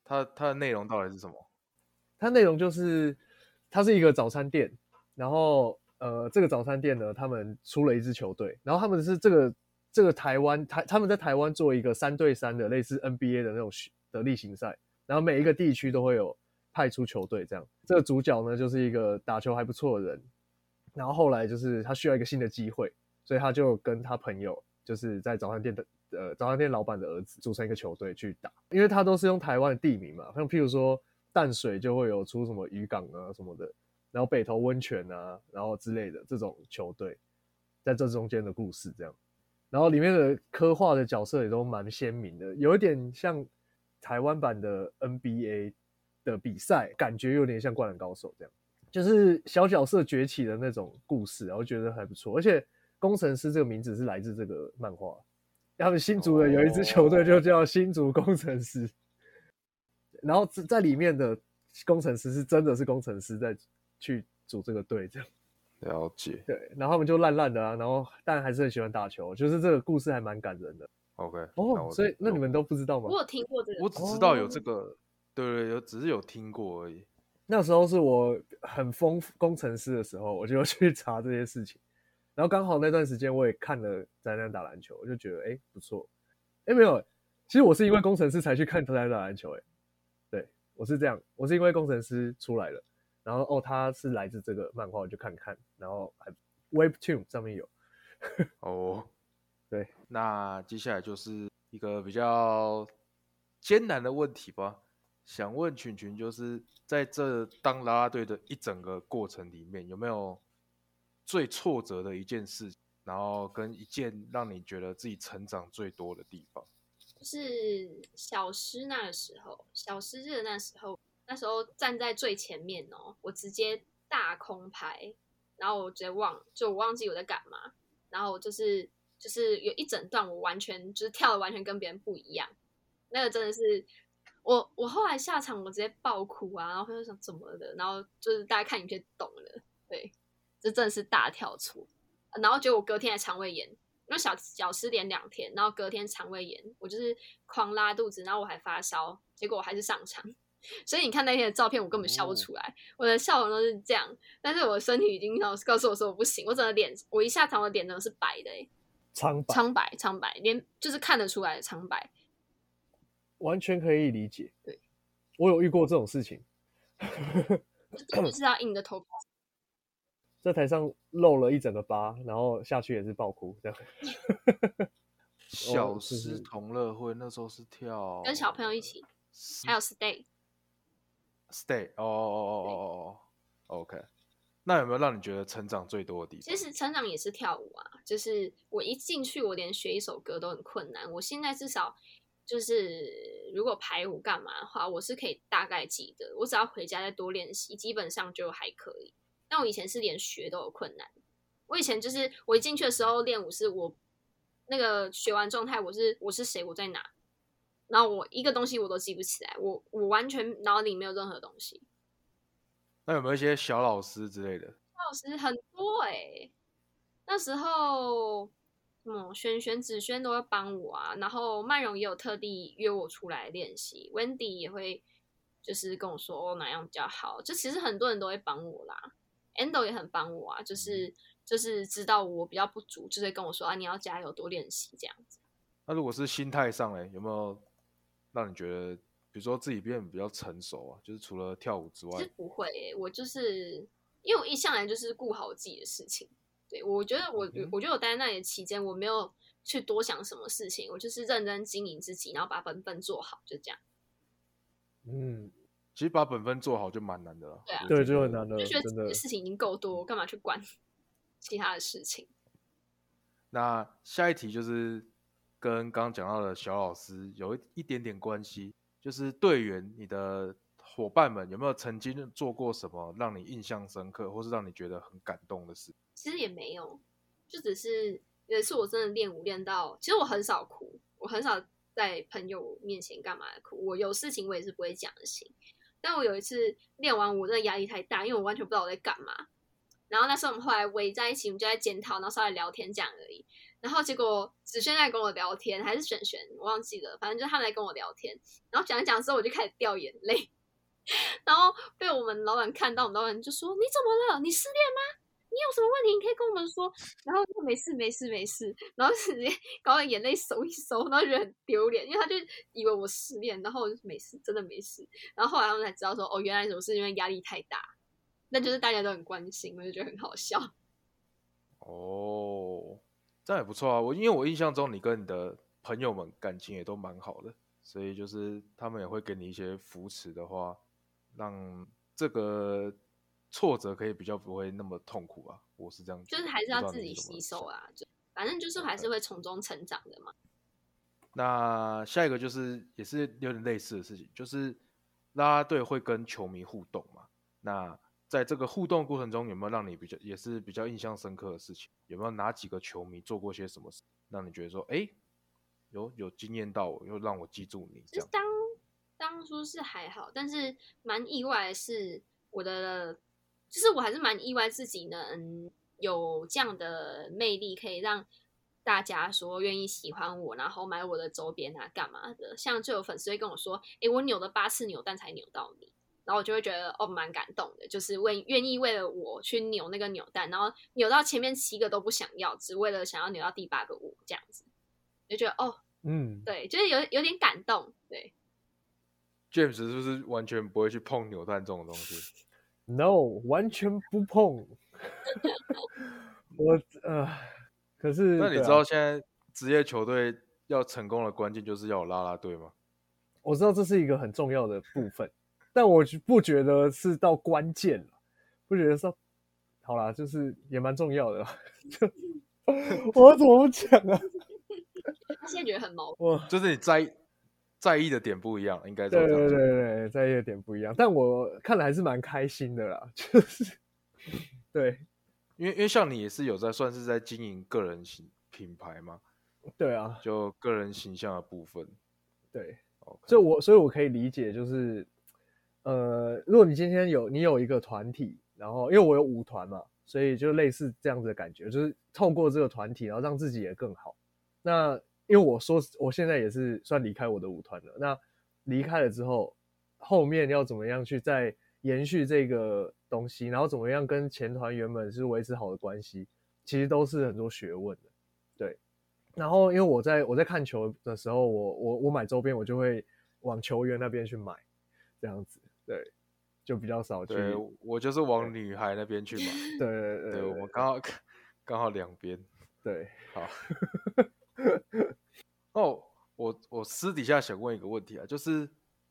Speaker 2: 它它的内容到底是什么？
Speaker 1: 它内容就是它是一个早餐店，然后呃，这个早餐店呢，他们出了一支球队，然后他们是这个这个台湾台他们在台湾做一个三对三的类似 NBA 的那种训的例行赛，然后每一个地区都会有派出球队这样。这个主角呢，就是一个打球还不错的人，然后后来就是他需要一个新的机会，所以他就跟他朋友，就是在早餐店的呃早餐店老板的儿子组成一个球队去打，因为他都是用台湾的地名嘛，像譬如说淡水就会有出什么渔港啊什么的，然后北投温泉啊，然后之类的这种球队，在这中间的故事这样，然后里面的刻画的角色也都蛮鲜明的，有一点像台湾版的 NBA 的比赛，感觉有点像灌篮高手这样。就是小角色崛起的那种故事，然后觉得还不错。而且工程师这个名字是来自这个漫画，他们新竹的有一支球队就叫新竹工程师，然后在在里面的工程师是真的是工程师在去组这个队这样。
Speaker 2: 了解。
Speaker 1: 对，然后他们就烂烂的啊，然后但还是很喜欢打球，就是这个故事还蛮感人的
Speaker 2: OK。
Speaker 1: 哦。所以那你们都不知道吗？
Speaker 3: 我有听过这
Speaker 2: 我
Speaker 3: 个，
Speaker 2: 只知道有这
Speaker 1: 哦
Speaker 2: 个，对对，对有只是有听过而已。
Speaker 1: 那时候是我很疯工程师的时候，我就去查这些事情。然后刚好那段时间我也看了宅男打篮球，我就觉得哎不错。哎没有，其实我是因为工程师才去看宅男打篮球。哎，对我是这样，我是因为工程师出来了，然后哦他是来自这个漫画，我就看看，然后还 Webtoon 上面有。
Speaker 2: 哦，
Speaker 1: 对，
Speaker 2: 那接下来就是一个比较艰难的问题吧。想问群群，就是在这当啦啦队的一整个过程里面，有没有最挫折的一件事，然后跟一件让你觉得自己成长最多的地方？
Speaker 1: 哦
Speaker 3: 就是小师那个时候，小师日的那时候，那时候站在最前面哦，我直接大空拍，然后我直接忘，就我忘记我在干嘛，然后我就是就是有一整段我完全就是跳的完全跟别人不一样，那个真的是我我后来下场我直接爆哭啊，然后就想怎么了，然后就是大家看影片懂了，对，这真的是大跳出，然后结果我隔天还肠胃炎，因为小小失联两天，然后隔天肠胃炎，我就是狂拉肚子，然后我还发烧，结果我还是上场。 所以你看那天的照片，我根本笑不
Speaker 2: 哦
Speaker 3: 出来，我的笑容都是这样，但是我的身体已经告告诉我说我不行，我整个脸，我一下场我的脸整个是白的、欸，
Speaker 1: 苍白
Speaker 3: 苍白苍白，连就是看得出来的苍白。
Speaker 1: 完全可以理解。
Speaker 3: 对，
Speaker 1: 我有遇过这种事情。
Speaker 3: 这就是要硬着头皮。
Speaker 1: 在台上露了一整个疤，然后下去也是爆哭，这样
Speaker 2: 小
Speaker 1: 是
Speaker 2: 师
Speaker 1: 是
Speaker 2: 同乐会那时候是跳
Speaker 3: 跟小朋友一起，还有 stay，
Speaker 2: stay 哦哦哦哦哦哦，OK。那有没有让你觉得成长最多的地方？
Speaker 3: 其实成长也是跳舞啊。就是我一进去，我连学一首歌都很困难。我现在至少就是如果排舞干嘛的话，我是可以大概记得。我只要回家再多练习，基本上就还可以。但我以前是连学都有困难。我以前就是我一进去的时候练舞是我那个学完状态，我是我是谁，我在哪，然后我一个东西我都记不起来，我我完全脑里没有任何东西。
Speaker 2: 那有没有一些小老师之类的？
Speaker 3: 老师很多哎、那时候什么轩轩、子轩都会帮我啊，然后曼荣也有特地约我出来练习，Wendy 也会就是跟我说哦哪样比较好，就其实很多人都会帮我啦，Endo 也很帮我啊，就是就是知道我比较不足，就会跟我说啊你要加油多练习这样子。
Speaker 2: 那如果是心态上嘞，有没有让你觉得，比如说自己变得比较成熟啊？就是除了跳舞之外
Speaker 3: 其，实不会欸、我就是因为我一向来就是顾好自己的事情。对，我觉得我、
Speaker 2: 嗯哼
Speaker 3: 我觉得我待在那里的期间，我没有去多想什么事情，我就是认真经营自己，然后把本分做好，就这样。
Speaker 1: 嗯，
Speaker 2: 其实把本分做好就蛮难的了。
Speaker 3: 对啊
Speaker 2: 我
Speaker 1: 对，
Speaker 2: 觉
Speaker 1: 就
Speaker 2: 得
Speaker 1: 很难的，
Speaker 3: 就觉得
Speaker 1: 呃
Speaker 3: 自
Speaker 1: 真
Speaker 3: 己
Speaker 1: 的
Speaker 3: 的。事情已经够多，我干嘛去管 其他的事情？
Speaker 2: 那下一题就是跟刚刚讲到的小老师有一一点点关系，就是队员你的伙伴们有没有曾经做过什么让你印象深刻，或是让你觉得很感动的事？
Speaker 3: 其实也没有，就只是有一次我真的练舞练到，其实我很少哭，我很少在朋友面前干嘛哭，我有事情我也是不会讲的型。但我有一次练完舞，真的压力太大，因为我完全不知道我在干嘛。然后那时候我们后来围在一起，我们就在检讨，然后稍微聊天这样而已。然后结果子轩在跟我聊天，还是璇璇，我忘记了，反正就是他们在跟我聊天。然后讲一讲之后，我就开始掉眼泪， 然后被我们老板看到，我们老板就说：“你怎么了？你失恋吗？你有什么问题？你可以跟我们说。”然后我就没事没事没事，然后直接搞得眼泪收一收，然后觉得很丢脸，因为他就以为我失恋，然后我就没事，真的没事。然后后来他们才知道说，哦，原来我是因为压力太大，那就是大家都很关心，我就觉得很好笑。
Speaker 2: 哦，这样也不错啊。我因为我印象中你跟你的朋友们感情也都蛮好的，所以就是他们也会给你一些扶持的话，让这个挫折可以比较不会那么痛苦啊。我是这样觉
Speaker 3: 就
Speaker 2: 得，
Speaker 3: 是还是
Speaker 2: 不
Speaker 3: 要
Speaker 2: 知道
Speaker 3: 自
Speaker 2: 你
Speaker 3: 己
Speaker 2: 怎么嗯
Speaker 3: 吸
Speaker 2: 想
Speaker 3: 收啊啦，就反正就是还是会从中成长的嘛。
Speaker 2: 那下一个就是也是有点类似的事情，就是啦啦队会跟球迷互动嘛。那在这个互动过程中，有没有让你比较也是比较印象深刻的事情？有没有哪几个球迷做过些什么事，让你觉得说，哎，有有惊艳到我，又让我记住你这
Speaker 3: 就
Speaker 2: 样？
Speaker 3: 是当当初是还好，但是蛮意外的是我的，就是我还是蛮意外自己能有这样的魅力，可以让大家说愿意喜欢我，然后买我的周边啊，干嘛的？像就有粉丝会跟我说，诶，我扭了八次扭蛋才扭到你。然后我就会觉得哦，蛮感动的，就是为愿意为了我去扭那个扭蛋，然后扭到前面七个都不想要，只为了想要扭到第八个五这样子，就觉得哦，
Speaker 1: 嗯，
Speaker 3: 对，就是有有点感动，对，
Speaker 2: James 是不是完全不会去碰扭蛋这种东西？
Speaker 1: No，完全不碰。 我呃，可是
Speaker 2: 那你
Speaker 1: 对
Speaker 2: 知
Speaker 1: 啊
Speaker 2: 道现在职业球队要成功的关键就是要有啦啦队吗？
Speaker 1: 我知道这是一个很重要的部分，但我就不觉得是到关键了，不觉得是到好啦，就是也蛮重要的 啦。 就我怎么讲啊？
Speaker 3: 他现在觉得很矛盾，
Speaker 1: 我
Speaker 2: 就是你在意在意的点不一样，应该这
Speaker 1: 对
Speaker 2: 么讲
Speaker 1: 对对对，在意的点不一样，但我看了还是蛮开心的啦， 就是
Speaker 2: 嗯
Speaker 1: 对
Speaker 2: 因为因为像你也是有在算是在经营个人形品牌嘛，
Speaker 1: 对啊，
Speaker 2: 就个人形象的部分。哦
Speaker 1: 对。
Speaker 2: o k
Speaker 1: 所以我所以我可以理解，就是呃，如果你今天有你有一个团体，然后因为我有舞团嘛，所以就类似这样子的感觉，就是透过这个团体，然后让自己也更好。那因为我说我现在也是算离开我的舞团了，那离开了之后，后面要怎么样去再延续这个东西，然后怎么样跟前团员们是维持好的关系，其实都是很多学问的。然后因为我在我在看球的时候，我我我买周边，我就会往球员那边去买，这样子。对，就比较少去。
Speaker 2: 对我就是往女孩那边去嘛。
Speaker 1: 对对对
Speaker 2: 对，我
Speaker 1: 对
Speaker 2: 们刚好 刚好两边。
Speaker 1: 对，
Speaker 2: 好。哦，我我私底下想问一个问题啊，就是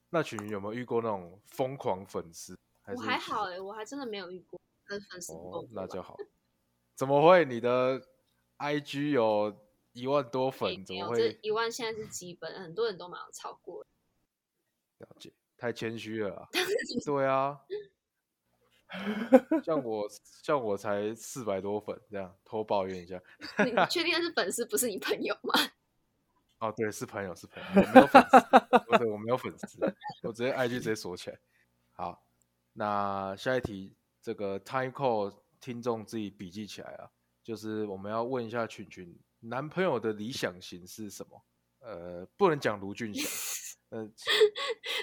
Speaker 2: 那群人有没有遇过那种疯狂粉丝？还
Speaker 3: 我
Speaker 2: 是
Speaker 3: 还
Speaker 2: 其实
Speaker 3: 好哎、我还真的没有遇过跟粉丝不
Speaker 2: 哦
Speaker 3: 共，
Speaker 2: 那
Speaker 3: 度
Speaker 2: 就
Speaker 3: 吧
Speaker 2: 好。怎么会你的 IG 有一万多
Speaker 3: 没
Speaker 2: 粉？怎
Speaker 3: 没
Speaker 2: 么
Speaker 3: 有这
Speaker 2: 会
Speaker 3: 一万现在是基本，很多人都没有超 过。
Speaker 2: 了解？太谦虚了啊 对啊，像我像我才四百多粉，这样偷抱怨一下。
Speaker 3: 你你确定那是粉丝，不是你朋友吗？
Speaker 2: 哦，对，是朋友，是朋友，我没有粉丝，我对我没有粉丝，我直接 IG 直接锁起来。好，那下一题，这个 time call 听众自己笔记起来啊，就是我们要问一下群群，男朋友的理想型是什么？呃，不能讲卢俊祥，呃，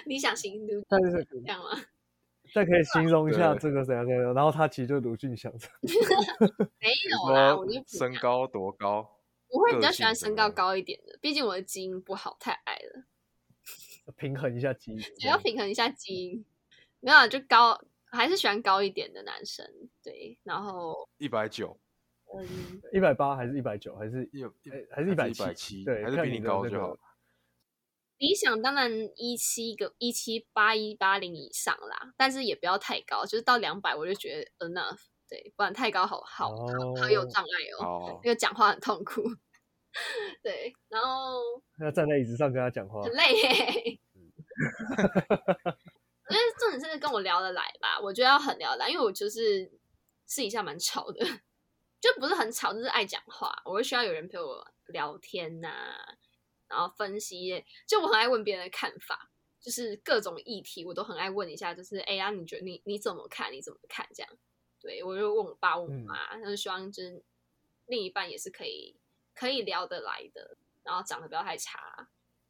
Speaker 3: 理想型都
Speaker 1: 但是
Speaker 3: 这样吗？
Speaker 1: 但可以形容一下
Speaker 2: 对
Speaker 1: 这个怎样怎样，然后他其实就鲁俊祥，
Speaker 3: 没
Speaker 2: 比
Speaker 3: 有
Speaker 2: 如
Speaker 3: 啦，我
Speaker 2: 说
Speaker 3: 就不
Speaker 2: 身高多高？
Speaker 3: 我会比
Speaker 2: 个
Speaker 3: 较喜欢
Speaker 2: 性
Speaker 3: 身
Speaker 2: 怎么
Speaker 3: 高
Speaker 2: 样
Speaker 3: 高一点的，毕竟我的基因不好，太矮了，
Speaker 1: 平衡一下基因这样。
Speaker 3: 也要平衡一下基因。没有啊，就高，还是喜欢高一点的男生。对，然后
Speaker 2: 一百九，
Speaker 3: 嗯，
Speaker 1: 一百八还是一百九还是
Speaker 2: 一
Speaker 1: 哎还是一
Speaker 2: 百
Speaker 1: 百
Speaker 2: 一
Speaker 1: 七
Speaker 2: 百七，
Speaker 1: 对
Speaker 2: 还是
Speaker 1: 看
Speaker 2: 比
Speaker 1: 你
Speaker 2: 你
Speaker 1: 的
Speaker 2: 高
Speaker 1: 那
Speaker 2: 就
Speaker 1: 个
Speaker 2: 好。
Speaker 3: 理想当然一七个一七八一八零以上啦，但是也不要太高，就是到两百我就觉得 enough，对，不然太高好好好好有
Speaker 1: 哦
Speaker 3: 障碍哦，
Speaker 2: 好，
Speaker 3: 因为讲话很痛苦。 对，然后
Speaker 1: 要站在椅子上跟他讲话
Speaker 3: 很，累耶。 我觉得重点是跟我聊得来吧，我觉得要很聊得来，因为我就是私底下蛮吵的， 就不是很吵，就是爱讲话，我会需要有人陪我聊天呐、然后分析，就我很爱问别人的看法，就是各种议题我都很爱问一下，就是哎呀、你觉得你你怎么看？你怎么看？这样，对我就问我爸问我妈，那、就希望就是另一半也是可以可以聊得来的，然后长得不要太差，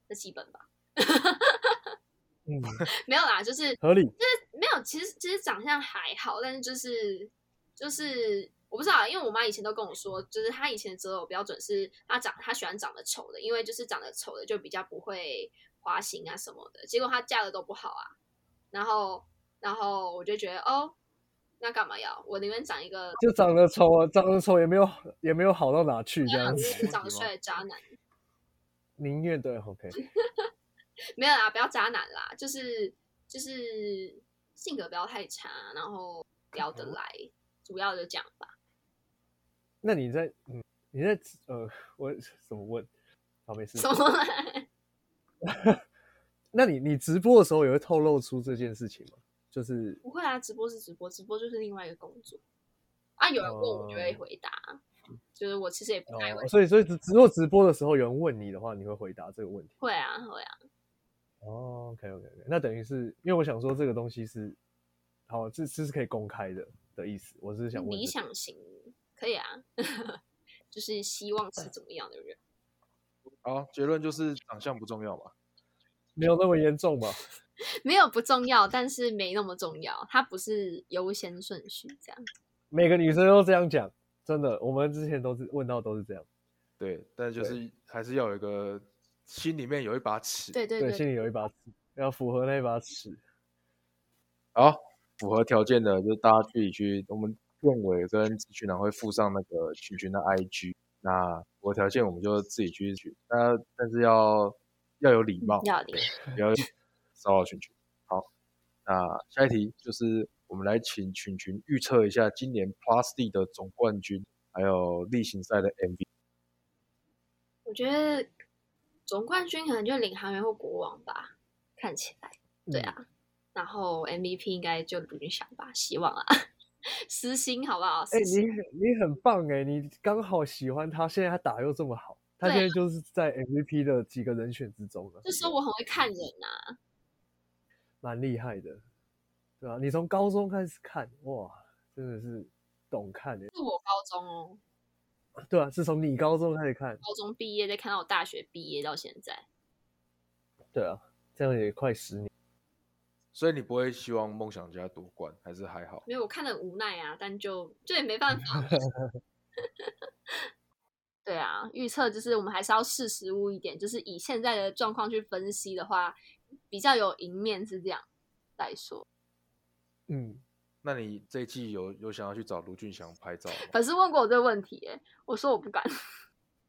Speaker 3: 这基本吧。
Speaker 1: 嗯，
Speaker 3: 没有啦，就是
Speaker 1: 合理。
Speaker 3: 没有。其实其实长相还好，但是就是就是我不知道，因为我妈以前都跟我说，就是她以前的择偶标准是她长她喜欢长得丑的，因为就是长得丑的就比较不会花心啊什么的。结果她嫁的都不好啊，然后然后我就觉得哦，那干嘛要？我宁愿长一个
Speaker 1: 就长得丑啊，长得丑也没有也没有好到哪去这样子，
Speaker 3: 长得帅的渣男。
Speaker 1: 宁愿对 OK，
Speaker 3: 没有啦，不要渣男啦，就是就是性格不要太差，然后聊得
Speaker 1: 哦
Speaker 3: 来，主要就讲吧。
Speaker 1: 那你在嗯你在呃我怎么问？好没事。
Speaker 3: 什么啦？
Speaker 1: 那你你直播的时候也会透露出这件事情吗？就是
Speaker 3: 不会啊，直播是直播，直播就是另外一个工作啊。有人问我就会回答，就是我其实也不太会
Speaker 1: 哦哦，。所以所以只只有直播的时候有人问你的话，你会回答这个问题。
Speaker 3: 会啊，会啊，
Speaker 1: 哦，OK OK OK，那等于是因为我想说这个东西是好，这这是可以公开的的意思。我只是想问这个、
Speaker 3: 理想型可以啊， 就是希望是怎么样的人。
Speaker 2: 好，结论就是长相不重要嘛。
Speaker 1: 没有那么严重吧？
Speaker 3: 没有不重要，但是没那么重要，它不是优先顺序这样。
Speaker 1: 每个女生都这样讲，真的，我们之前都是问到都是这样，
Speaker 2: 对，但就
Speaker 1: 对
Speaker 2: 是还是要有一个心里面有一把尺，
Speaker 3: 对对对，
Speaker 1: 心里有一把尺，要符合那把尺。
Speaker 2: 好，符合条件的就大家自己去，我们政委跟资讯栏会附上那个群群的 IG，那符合条件我们就自己去取，那但是要要有礼
Speaker 1: 哦
Speaker 2: 貌，
Speaker 3: 嗯要理
Speaker 2: 不 要骚扰群群。好，那下一题就是我们来请群群预测一下今年 Plus D 的总冠军，还有例行赛的 MV。
Speaker 3: 我觉得总冠军可能就领航员或国王吧，看起来对啊。然后 MVP 应该就卢俊祥吧，希望啊， 私心好不好？
Speaker 1: 哎、
Speaker 3: 私心
Speaker 1: 你很你很棒哎、你刚好喜欢他，现在他打又这么好，他
Speaker 3: 对啊
Speaker 1: 现在就是在 MVP 的几个人选之中啊了，
Speaker 3: 就说我很会看人啊呐、
Speaker 1: 蛮厉害的，对啊吧、你从高中开始看，哇，真的是懂看哎、
Speaker 3: 是我高中哦，
Speaker 1: 对啊，是从你高中开始看，
Speaker 3: 高中毕业再看到我大学毕业到现在，
Speaker 1: 对啊，这样也快十年。
Speaker 2: 所以你不会希望梦想家夺冠，还是还好？
Speaker 3: 没有我看的无奈啊，但就就也没办法。对啊，预测就是我们还是要识时务一点，就是以现在的状况去分析的话，比较有赢面是这样来说。
Speaker 1: 嗯，
Speaker 2: 那你这一季有有想要去找卢俊祥拍照吗？
Speaker 3: 粉丝问过我这个问题、欸，我说我不敢，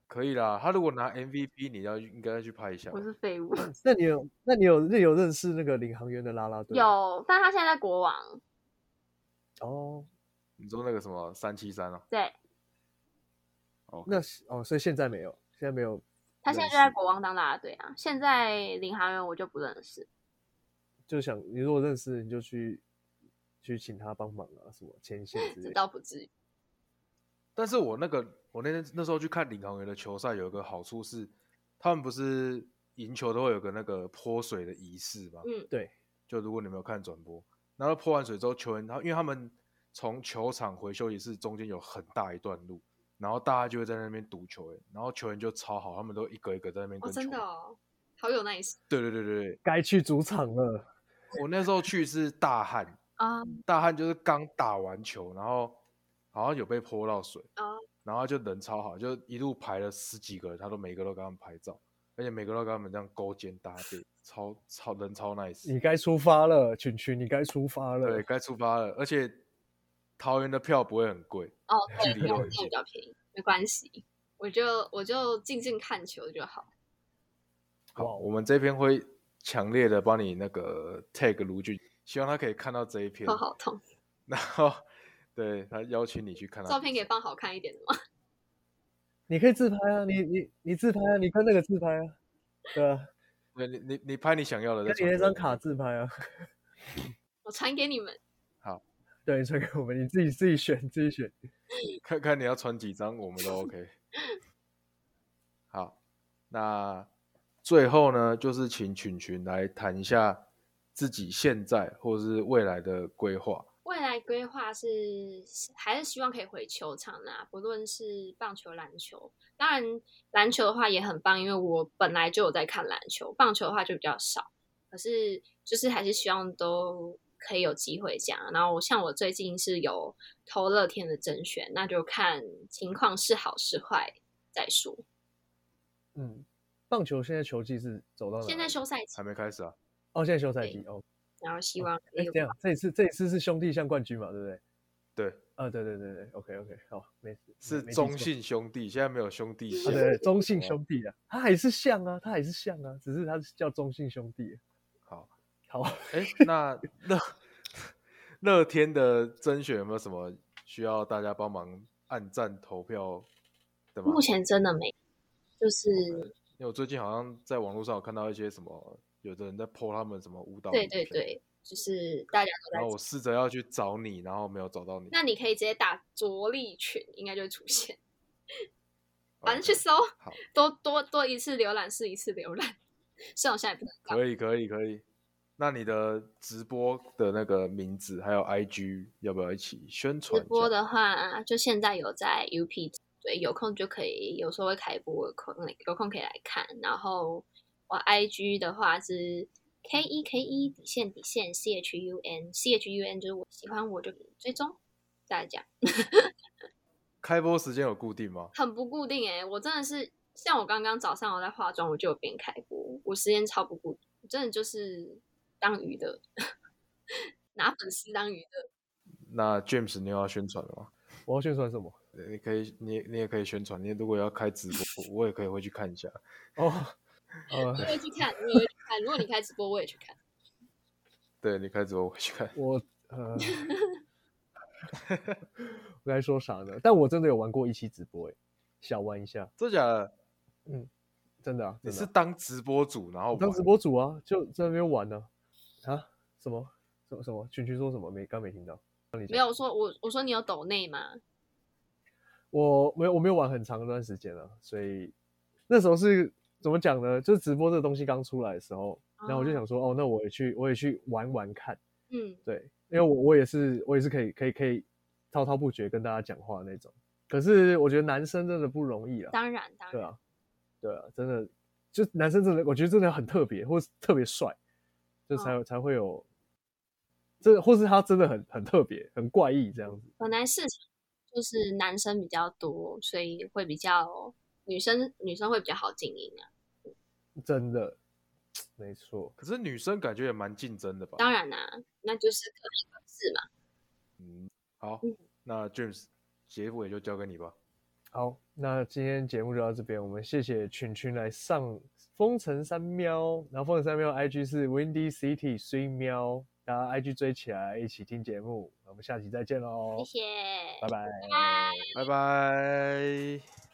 Speaker 2: 可以啦，他如果拿 MVP，你要应该去拍一下吧。
Speaker 3: 我是废物。
Speaker 1: 那你有那你有那有认识那个领航员的啦啦队吗？
Speaker 3: 有，但他现在在国王，
Speaker 1: 哦，
Speaker 2: 你说那个什么三七三啊？
Speaker 3: 对
Speaker 2: 哦，
Speaker 1: 那是哦，所以现在没有，现在没有，
Speaker 3: 他现在就
Speaker 2: 认
Speaker 3: 在
Speaker 2: 识
Speaker 3: 国王当啦啦队啊。现在领航员我就不认识，
Speaker 1: 就想你如果认识你就去去请他帮忙啊，什么牵线之
Speaker 3: 这
Speaker 1: 类
Speaker 3: 倒
Speaker 1: 的。
Speaker 3: 不至于。
Speaker 2: 但是我那个我那天那时候去看领航员的球赛，有一个好处是，他们不是赢球都会有个那个泼水的仪式吗？
Speaker 3: 嗯，
Speaker 1: 对，
Speaker 2: 就如果你没有看转播，然后泼完水之后，球员他因为他们从球场回休息室中间有很大一段路，然后大家就会在那边堵球员，然后球员就超好，他们都一个一个在那边
Speaker 3: 哦，
Speaker 2: 跟球员。
Speaker 3: 真的哦，好有耐心
Speaker 2: 对对对对对，
Speaker 1: 该去主场了。
Speaker 2: 我那时候去是大旱，
Speaker 3: 啊！
Speaker 2: 大汉就是刚打完球，然后好像有被泼到水，
Speaker 3: 哦
Speaker 2: 然后就人超好，就一路排了十几个人，他都每个都跟他们拍照，而且每个都跟他们这样勾肩搭背，超超人超 nice。
Speaker 1: 你该出发了，群群，你该出发了
Speaker 2: 对，。该出发了，而且桃园的票不会很贵，
Speaker 3: 哦，
Speaker 2: 距
Speaker 3: 对，
Speaker 2: 离
Speaker 3: 这
Speaker 2: 都
Speaker 3: 样
Speaker 2: 很
Speaker 3: 这样
Speaker 2: 近
Speaker 3: 比。较便宜，没关系，我就我就静静看球就好。
Speaker 1: 哦
Speaker 2: 好，我们这篇会强烈的帮你那个 tag 卢俊，希望他可以看到这一篇
Speaker 3: 头，好痛，
Speaker 2: 然后对他邀请你去看他
Speaker 3: 照
Speaker 2: 比
Speaker 3: 片可以
Speaker 2: 赛
Speaker 3: 放好看一点的吗？
Speaker 1: 你可以自拍啊，你你你自拍啊，你跟那个自拍啊，对啊，
Speaker 2: 对你你你拍你想要的，
Speaker 1: 跟
Speaker 2: 再
Speaker 1: 你那
Speaker 2: 传
Speaker 1: 张
Speaker 2: 给我
Speaker 1: 卡自拍啊，
Speaker 3: 我传给你们，
Speaker 1: 对，你传给我们，你自己自己选，自己选。
Speaker 2: 看看你要传几张，我们都 OK。好，那最后呢，就是请群群来谈一下自己现在或是未来的规划。
Speaker 3: 未来规划是还是希望可以回球场啦、不论是棒球、篮球。当然，篮球的话也很棒，因为我本来就有在看篮球，棒球的话就比较少。可是就是还是希望都可以有机会这样。然后我像我最近是有投乐天的甄选，那就看情况是好是坏再说。
Speaker 1: 嗯，棒球现在球季是走到哪里？
Speaker 3: 现在休赛期
Speaker 2: 还，没开始啊？
Speaker 1: 哦，现在休赛季哦。
Speaker 3: 然后希望可
Speaker 1: 哎
Speaker 3: 以，有
Speaker 1: 这样这一次这一次是兄弟像冠军嘛，对不对？
Speaker 2: 对，
Speaker 1: 啊，对对对对，OK OK，好，没事，
Speaker 2: 是
Speaker 1: 没没记
Speaker 2: 中
Speaker 1: 错
Speaker 2: 信哦兄弟，现在没有兄弟
Speaker 1: 啊，
Speaker 2: 像。
Speaker 1: 对对，中信兄弟啊，他还是像啊，他还是像啊，只是他是叫中信兄弟。啊
Speaker 2: 好，
Speaker 1: 好，
Speaker 2: 哎，那乐乐天的甄选有没有什么需要大家帮忙按赞投票的吗？
Speaker 3: 目前真的没，就是
Speaker 2: 因为我最近好像在网络上有看到一些什么，有的人在 po 他们什么舞
Speaker 1: 哦
Speaker 2: 蹈，
Speaker 3: 对对，对，就是大家都在
Speaker 2: 然后我试着要去找你，然后没有找到你。
Speaker 3: 那你可以直接打着力群，应该就会出现。
Speaker 2: OK，
Speaker 3: 反正去搜，
Speaker 2: 好，
Speaker 3: 多多多一次浏览是一次浏览。虽然我现在也不能搞，
Speaker 2: 可以可以可以。那你的直播的那个名字还有 IG 要不要一起宣传
Speaker 3: 直
Speaker 2: 一下？
Speaker 3: 播的话，就现在有在 UP，对，有空就可以，有时候会开播，有空有空可以来看。然后我 IG 的话是 K E K E 底线底线 C H U N C H U N，就是我喜欢我就追踪。大家
Speaker 2: 开播时间有固定吗？
Speaker 3: 很不固定哎、我真的是像我刚刚早上我在化妆，我就有边开播，我时间超不固定，我真的就是当娱乐， 拿粉丝当娱乐。
Speaker 2: 那 James 你有要宣传的吗？
Speaker 1: 我要宣传什么？
Speaker 2: 呃你可以，你你也可以宣传。你如果要开直播，我也可以回去看一下。
Speaker 1: 哦， 呃，
Speaker 3: 我也去看，我也会去看。如果你开直播，我也去看。
Speaker 2: 对你开直播，我回去看。
Speaker 1: 我呃，我该说啥呢？但我真的有玩过一期直播，哎，小玩一下，
Speaker 2: 真假的？
Speaker 1: 真的啊，
Speaker 2: 你
Speaker 1: 真的
Speaker 2: 是
Speaker 1: 啊
Speaker 2: 当直播主，然后
Speaker 1: 我当
Speaker 2: 玩
Speaker 1: 直播主啊，就在那边玩呢、啊。什么什么什么？群群说什么？没刚没听到。
Speaker 3: 没有，我说我我说你有抖内吗？
Speaker 1: 我没有，我没有玩很长一段时间了，所以那时候是怎么讲呢？就是直播这东西刚出来的时候，然后我就
Speaker 2: 啊
Speaker 1: 想说，哦，那我也去，我也去玩玩看。
Speaker 3: 嗯，
Speaker 1: 对，因为我我也是，我也是可以可以可以滔滔不绝跟大家讲话的那种。可是我觉得男生真的不容易啊，
Speaker 3: 当然当
Speaker 1: 对
Speaker 3: 然，
Speaker 1: 啊，对啊，真的就男生真的，我觉得真的很特别，或是特别帅，就才、有才会有。这或是他真的很很特别，很怪异这样子。
Speaker 3: 本来市场就是男生比较多，所以会比较女生女生会比较好经营啊。
Speaker 1: 真的，没错，
Speaker 2: 可是女生感觉也蛮竞争的吧？
Speaker 3: 当，然啦、那就是各一各自嘛。
Speaker 2: 好
Speaker 3: 嗯，
Speaker 2: 那 James 结尾就交给你吧。
Speaker 1: 好，那今天节目就到这边，我们谢谢群群来上风城三喵，然后风城三喵的 IG 是 Windy City 虽喵，大家 IG 追起来，一起听节目，我们下期再见喽
Speaker 3: 谢，谢，
Speaker 1: 拜拜。
Speaker 3: 拜。
Speaker 2: 拜拜。